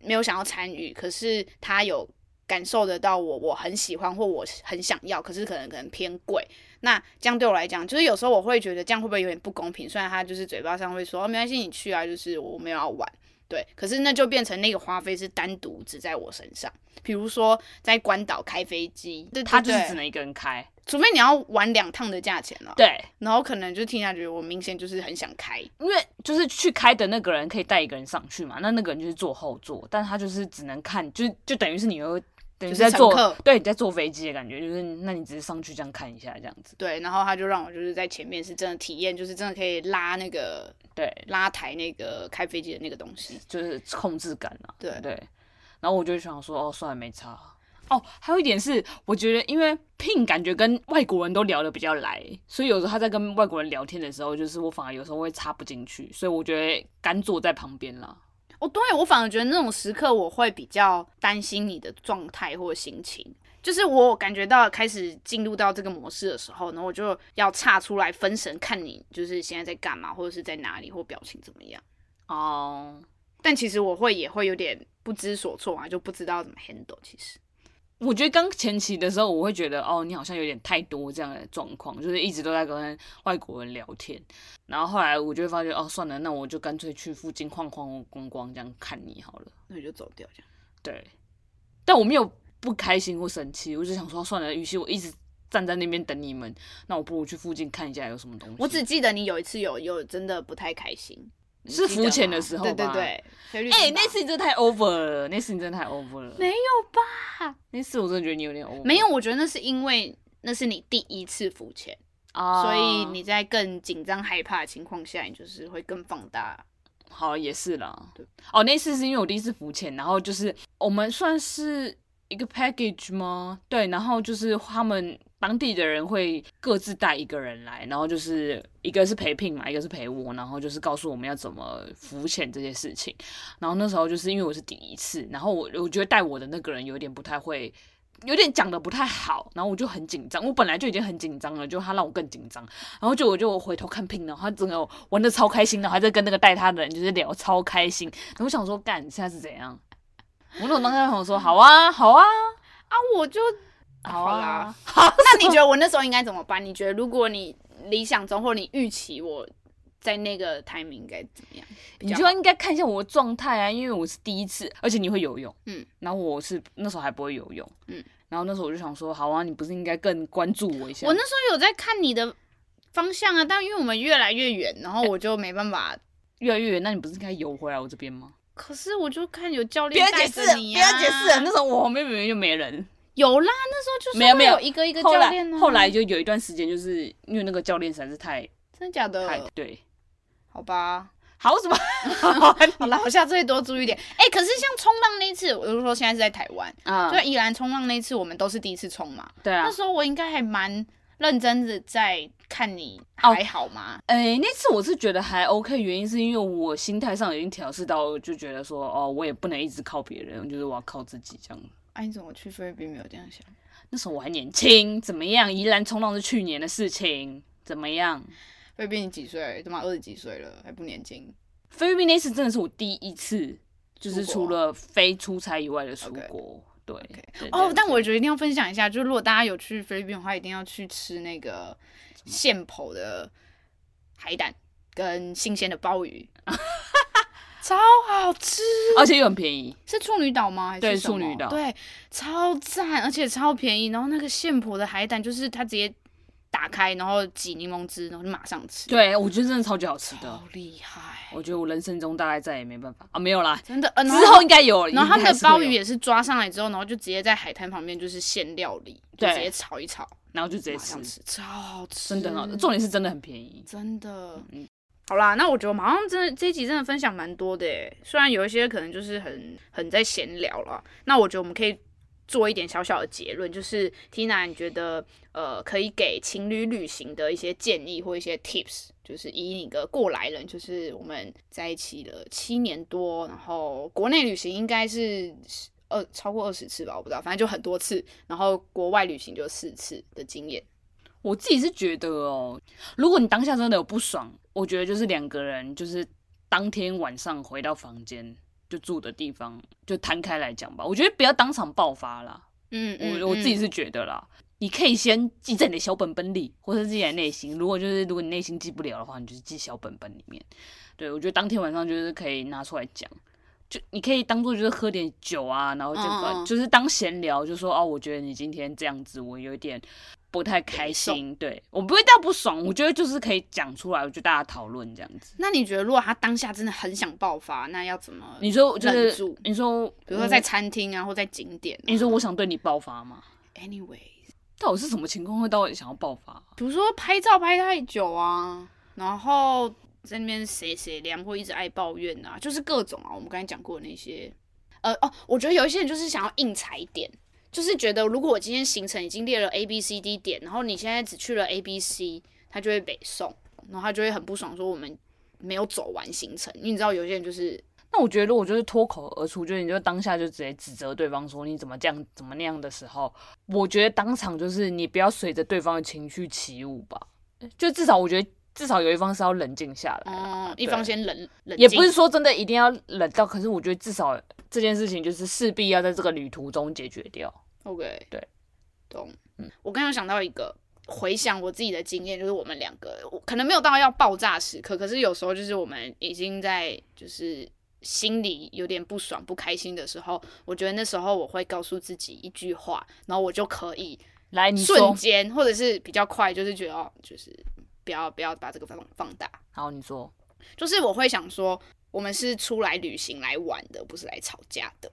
没有想要参与，可是她有。感受得到我我很喜欢或我很想要，可是可能可能偏贵，那这样对我来讲，就是有时候我会觉得这样会不会有点不公平？虽然他就是嘴巴上会说、哦、没关系，你去啊，就是我没有要玩，对，可是那就变成那个花费是单独只在我身上。比如说在关岛开飞机，对他就是对对只能一个人开。除非你要玩两趟的价钱了，对，然后可能就听下去，我明显就是很想开，因为就是去开的那个人可以带一个人上去嘛，那那个人就是坐后座，但他就是只能看，就就等于是你会等就于是在乘坐客对你在坐飞机的感觉，就是那你只是上去这样看一下这样子。对，然后他就让我就是在前面是真的体验，就是真的可以拉那个对，拉抬那个开飞机的那个东西，就是控制感啊。对对，然后我就想说，哦，算了，没差。哦，还有一点是，我觉得因为 Pin 感觉跟外国人都聊得比较来，所以有时候他在跟外国人聊天的时候，就是我反而有时候会插不进去，所以我觉得干坐在旁边啦。哦，对我反而觉得那种时刻我会比较担心你的状态或心情。就是我感觉到开始进入到这个模式的时候，然后我就要岔出来分神看你，就是现在在干嘛，或者是在哪里，或表情怎么样。哦、但其实我会也会有点不知所措啊，就不知道怎么 handle。其实我觉得刚前期的时候，我会觉得哦，你好像有点太多这样的状况，就是一直都在跟外国人聊天。然后后来我就会发觉，哦，算了，那我就干脆去附近晃晃逛逛，这样看你好了。那你就走掉这样。对，但我没有不开心或生气，我就想说，算了，与其我一直站在那边等你们，那我不如去附近看一下有什么东西。我只记得你有一次有有真的不太开心，你是记得浮潜吗的时候对对吧对，菲律哎、宾吧那次你真的太 over 了，那次你真的太 over 了。没有吧？那次我真的觉得你有点 over，没有，我觉得那是因为那是你第一次浮潜，啊，所以你在更紧张害怕的情况下，你就是会更放大。好也是啦对。哦，那次是因为我第一次浮潜，然后就是我们算是一个 package 吗？对，然后就是他们当地的人会各自带一个人来，然后就是一个是陪聘嘛，一个是陪我，然后就是告诉我们要怎么浮潜这些事情。然后那时候就是因为我是第一次，然后我我觉得带我的那个人有点不太会。有点讲的不太好，然后我就很紧张，我本来就已经很紧张了，就他让我更紧张，然后就我就回头看拼，然后他整个玩的超开心，然后还在跟那个带他的人就是聊超开心，然后我想说干现在是怎样？ 我那种当时想说好啊好啊啊，我就好好啊啦， 那你觉得我那时候应该怎么办？你觉得如果你理想中或你预期我在那个 timing 应该怎么样？你就应该看一下我的状态啊，因为我是第一次，而且你会游泳，嗯，然后我是那时候还不会游泳，嗯，然后那时候我就想说好啊，你不是应该更关注我一下？我那时候有在看你的方向啊，但因为我们越来越远，然后我就没办法。越来越远，那你不是应该游回来我这边吗？可是我就看有教不要练带解释，着不你、啊要解释，那时候我旁边明明就没人，有啦，那时候就是没有没有会一个一个后教来练、啊、后来就有一段时间，就是因为那个教练实在是太真的假太的？对。好吧，好什么？哦好啦，我下次会多注意点。哎、可是像冲浪那一次，我就说现在是在台湾， 啊就宜兰冲浪那一次，我们都是第一次冲嘛。对啊那，时候我应该还蛮认真的在看你哦还好吗？哎、那次我是觉得还 OK，原因是因为我心态上已经调试到，就觉得说，哦，我也不能一直靠别人，就是我要靠自己这样。哎、你怎么去菲律宾没有这样想？那时候我还年轻，怎么样？宜兰冲浪是去年的事情，怎么样？菲律宾你几岁？他妈二十几岁了，还不年轻。菲律宾那次真的是我第一次，就是出国除了非出差以外的出 OK 国。对对哦对，但我觉得一定要分享一下，就是如果大家有去菲律宾的话，一定要去吃那个现剖的海胆跟新鲜的鲍 鱼，超好吃。而且又很便宜，是处女岛吗？还是对什么处女岛对，超赞，而且超便宜。然后那个现剖的海胆，就是它直接打开，然后挤柠檬汁，然后就马上吃，，对我觉得真的超级好吃的好。厉害，我觉得我人生中大概再也没办法啊，没有啦，真的。呃、然之后应该有了。然后他们应该的是会有鲍鱼，也是抓上来之后，然后就直接在海滩旁边就是现料理，就对直接炒一炒，然后就直接马吃上，吃，超好吃，真的很好吃。重点是真的很便宜。真的。嗯好啦，那我觉得我们好像真的这一集真的分享蛮多的耶，虽然有一些可能就是很很在闲聊了。那我觉得我们可以做一点小小的结论，就是 Tina，你觉得呃可以给情侣旅行的一些建议或一些 tips，就是以你的过来人，就是我们在一起了七年多，然后国内旅行应该是二超过二十次吧，我不知道，反正就很多次，然后国外旅行就四次的经验。我自己是觉得哦，如果你当下真的有不爽，我觉得就是两个人就是当天晚上回到房间就住的地方就摊开来讲吧。我觉得不要当场爆发啦，嗯，嗯我我自己嗯是觉得啦。你可以先记在你的小本本里，或是自己的内心。如果就是如果你内心记不了的话，你就是记小本本里面。对我觉得当天晚上就是可以拿出来讲，就你可以当做就是喝点酒啊，然后就、嗯嗯嗯就是当闲聊，就说哦，我觉得你今天这样子，我有一点不太开心。对我不会到不爽，我觉得就是可以讲出来，我就大家讨论这样子。那你觉得，如果他当下真的很想爆发，那要怎么？你说就忍是住你说，比如说在餐厅啊，或在景点、啊。你说我想对你爆发吗？ ，anyway，到底是什么情况会到底想要爆发啊、比如说拍照拍太久啊，然后在那边谁谁凉，或一直爱抱怨啊，就是各种啊，我们刚才讲过的那些。呃哦，我觉得有一些人就是想要硬踩点，就是觉得如果我今天行程已经列了 A B C D 点，然后你现在只去了 A B C，他就会北送，然后他就会很不爽，说我们没有走完行程。因为你知道有些人就是那我觉得，我就是脱口而出，就是你就当下就直接指责对方说你怎么这样，怎么那样的时候，我觉得当场就是你不要随着对方的情绪起舞吧，就至少我觉得至少有一方是要冷静下来啦，嗯，一啊对方先冷冷静，也不是说真的一定要冷到，可是我觉得至少这件事情就是势必要在这个旅途中解决掉。 OK，对，嗯懂。我刚刚有想到一个，回想我自己的经验，就是我们两个我可能没有到要爆炸时刻，可是有时候就是我们已经在就是心里有点不爽、不开心的时候，我觉得那时候我会告诉自己一句话，然后我就可以来，你瞬说，间或者是比较快，就是觉得哦，就是不要不要把这个放放大，好，你说，就是我会想说，我们是出来旅行来玩的，不是来吵架的。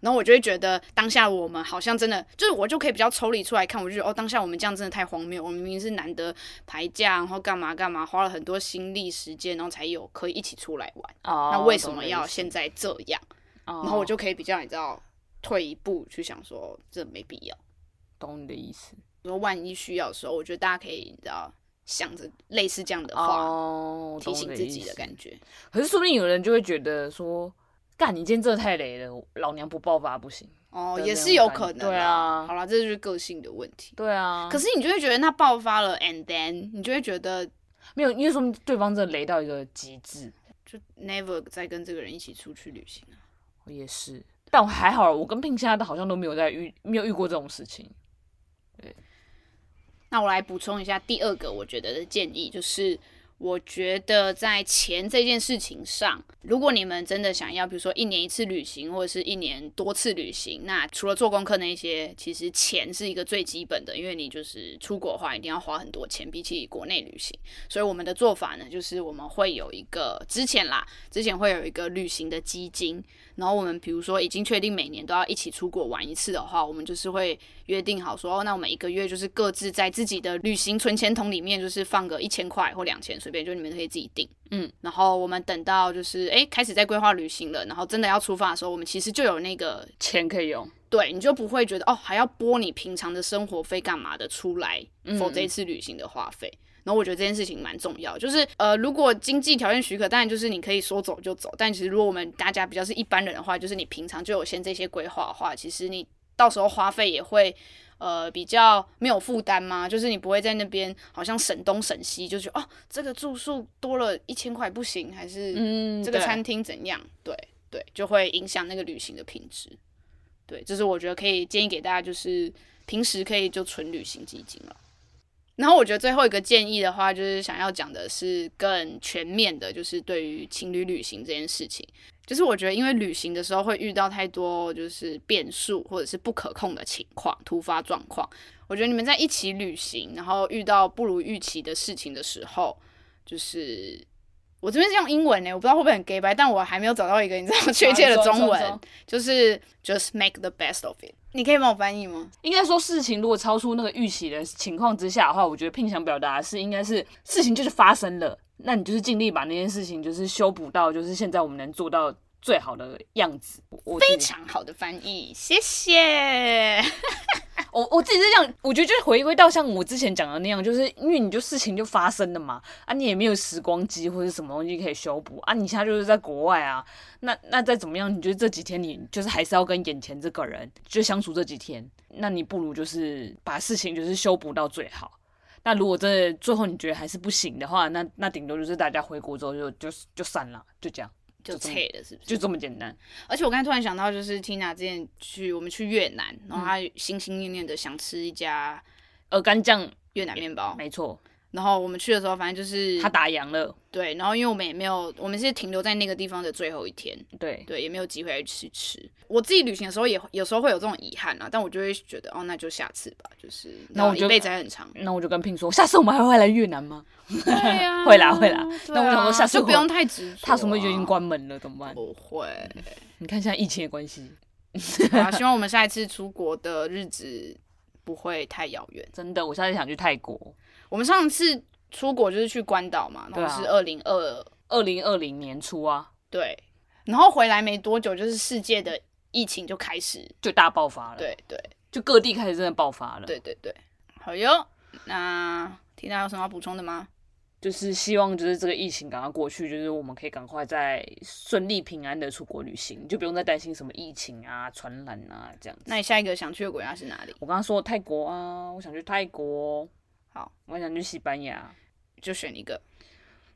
然后我就会觉得当下我们好像真的，就是我就可以比较抽离出来看，我就觉得哦，当下我们这样真的太荒谬，我们明明是难得排假，然后干嘛干嘛，花了很多心力时间，然后才有可以一起出来玩，哦，那为什懂么你的要意思哦现？在这样？然然后我就可以比较你知道退一步去想说，这没必要。懂你的意思。如果万一需要的时候，我觉得大家可以你知道想着类似这样的话，哦，提醒自己的的觉。感觉。可是说不定有人就会觉得说，干你今天真的太雷了，老娘不爆发不行。哦，的也那是种有感可能。觉对啊好啦，这就是个性的问题。对啊，可是是你就会觉得那爆发了，and then 你就会觉得没有，因为说明对方真的雷到一个极致，就 never 再跟这个人一起出去旅行了。我也是。但我还好，我跟聘现在都好像都没有在遇，没有遇过这种事情。那我来补充一下第二个我觉得的建议，就是我觉得在钱这件事情上，如果你们真的想要，比如说一年一次旅行或者是一年多次旅行，那除了做功课那一些，其实钱是一个最基本的，因为你就是出国的话一定要花很多钱，比起国内旅行。所以我们的做法呢，就是我们会有一个之前啦，之前会有一个旅行的基金，然后我们比如说已经确定每年都要一起出国玩一次的话，我们就是会约定好说，哦，那我们一个月就是各自在自己的旅行存钱筒里面，就是放个一千块或两千，随便就你们可以自己定。嗯，然后我们等到就是诶开始在规划旅行了，然后真的要出发的时候，我们其实就有那个钱可以用，对，你就不会觉得哦，还要拨你平常的生活费干嘛的出来，否这一次旅行的花费。然后我觉得这件事情蛮重要，就是呃，如果经济条件许可，当然就是你可以说走就走。但其实如果我们大家比较是一般人的话，就是你平常就有先这些规划的话，其实你到时候花费也会呃比较没有负担嘛，就是你不会在那边好像省东省西，就觉得哦这个住宿多了一千块不行，还是嗯这个对餐厅怎样？对对，就会影响那个旅行的品质。对，这是我觉得可以建议给大家，就是平时可以就存旅行基金了。然后我觉得最后一个建议的话，就是想要讲的是更全面的，就是对于情侣旅行这件事情，就是我觉得因为旅行的时候会遇到太多就是变数或者是不可控的情况、突发状况。我觉得你们在一起旅行，然后遇到不如预期的事情的时候，就是我这边是用英文呢、欸我不知道会不会很 gay 白，但我还没有找到一个你知道确切的你说中你说文你，就是 just make the best of it。你可以帮我翻译吗？应该说事情如果超出那个预期的情况之下的话，我觉得聘想表达的是应该是事情就是发生了，那你就是尽力把那件事情就是修补到就是现在我们能做到最好的样子。我非非常好的翻译，谢谢。我我自己是这样，我觉得就是回归到像我之前讲的那样，就是因为你就事情就发生了嘛，啊，你也没有时光机或者什么东西可以修补啊，你现在就是在国外啊，那那再怎么样，你觉得这几天你就是还是要跟眼前这个人就相处这几天，那你不如就是把事情就是修补到最好。那如果真的最后你觉得还是不行的话，那那顶多就是大家回国之后就就就散了，就这样，就这么脆了，是不是？就这么简单。而且我刚才突然想到，就是 Tina 之前去我们去越南，然后她心心念念的想吃一家鹅肝酱，越南面包，没错，然后我们去的时候，反正就是他打烊了，对，然后因为我们也没有，我们是停留在那个地方的最后一天，对，对，也没有机会去吃。我自己旅行的时候也有时候会有这种遗憾啊，但我就会觉得哦，那就下次吧，就是你知那我道就。一辈子还很长 那我就跟聘说，下次我们还会来越南吗？对啊 会啦会啦对那我想说啊下次就我不用太执着啊，他什么已经关门了，怎么办？不会。你看现在疫情的关系，好啊，希望我们下一次出国的日子不会太遥远。真的，我现在想去泰国。我们上次出国就是去关岛嘛，对然啊后是二零二二零二零年初啊，对，然后回来没多久就是世界的疫情就开始，就大爆发了，，对对就各地开始真的爆发了，，对对对，好哟。那缇娜有什么要补充的吗？就是希望就是这个疫情赶快过去，就是我们可以赶快再顺利平安的出国旅行，就不用再担心什么疫情啊、传染啊这样子。那你下一个想去的国家是哪里？我刚刚说泰国啊，我想去泰国，好，我还想去西班牙、就选一个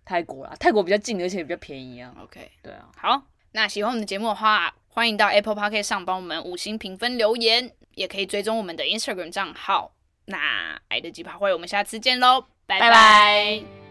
泰国啦，泰国比较近，而且比较便宜啊， ，OK。对啊，好，那喜欢我们的节目的话，欢迎到 Apple Podcast 上帮我们五星评分留言。也可以追踪我们的 Instagram 账号。那爱的鸡排会，我们下次见喽，拜拜拜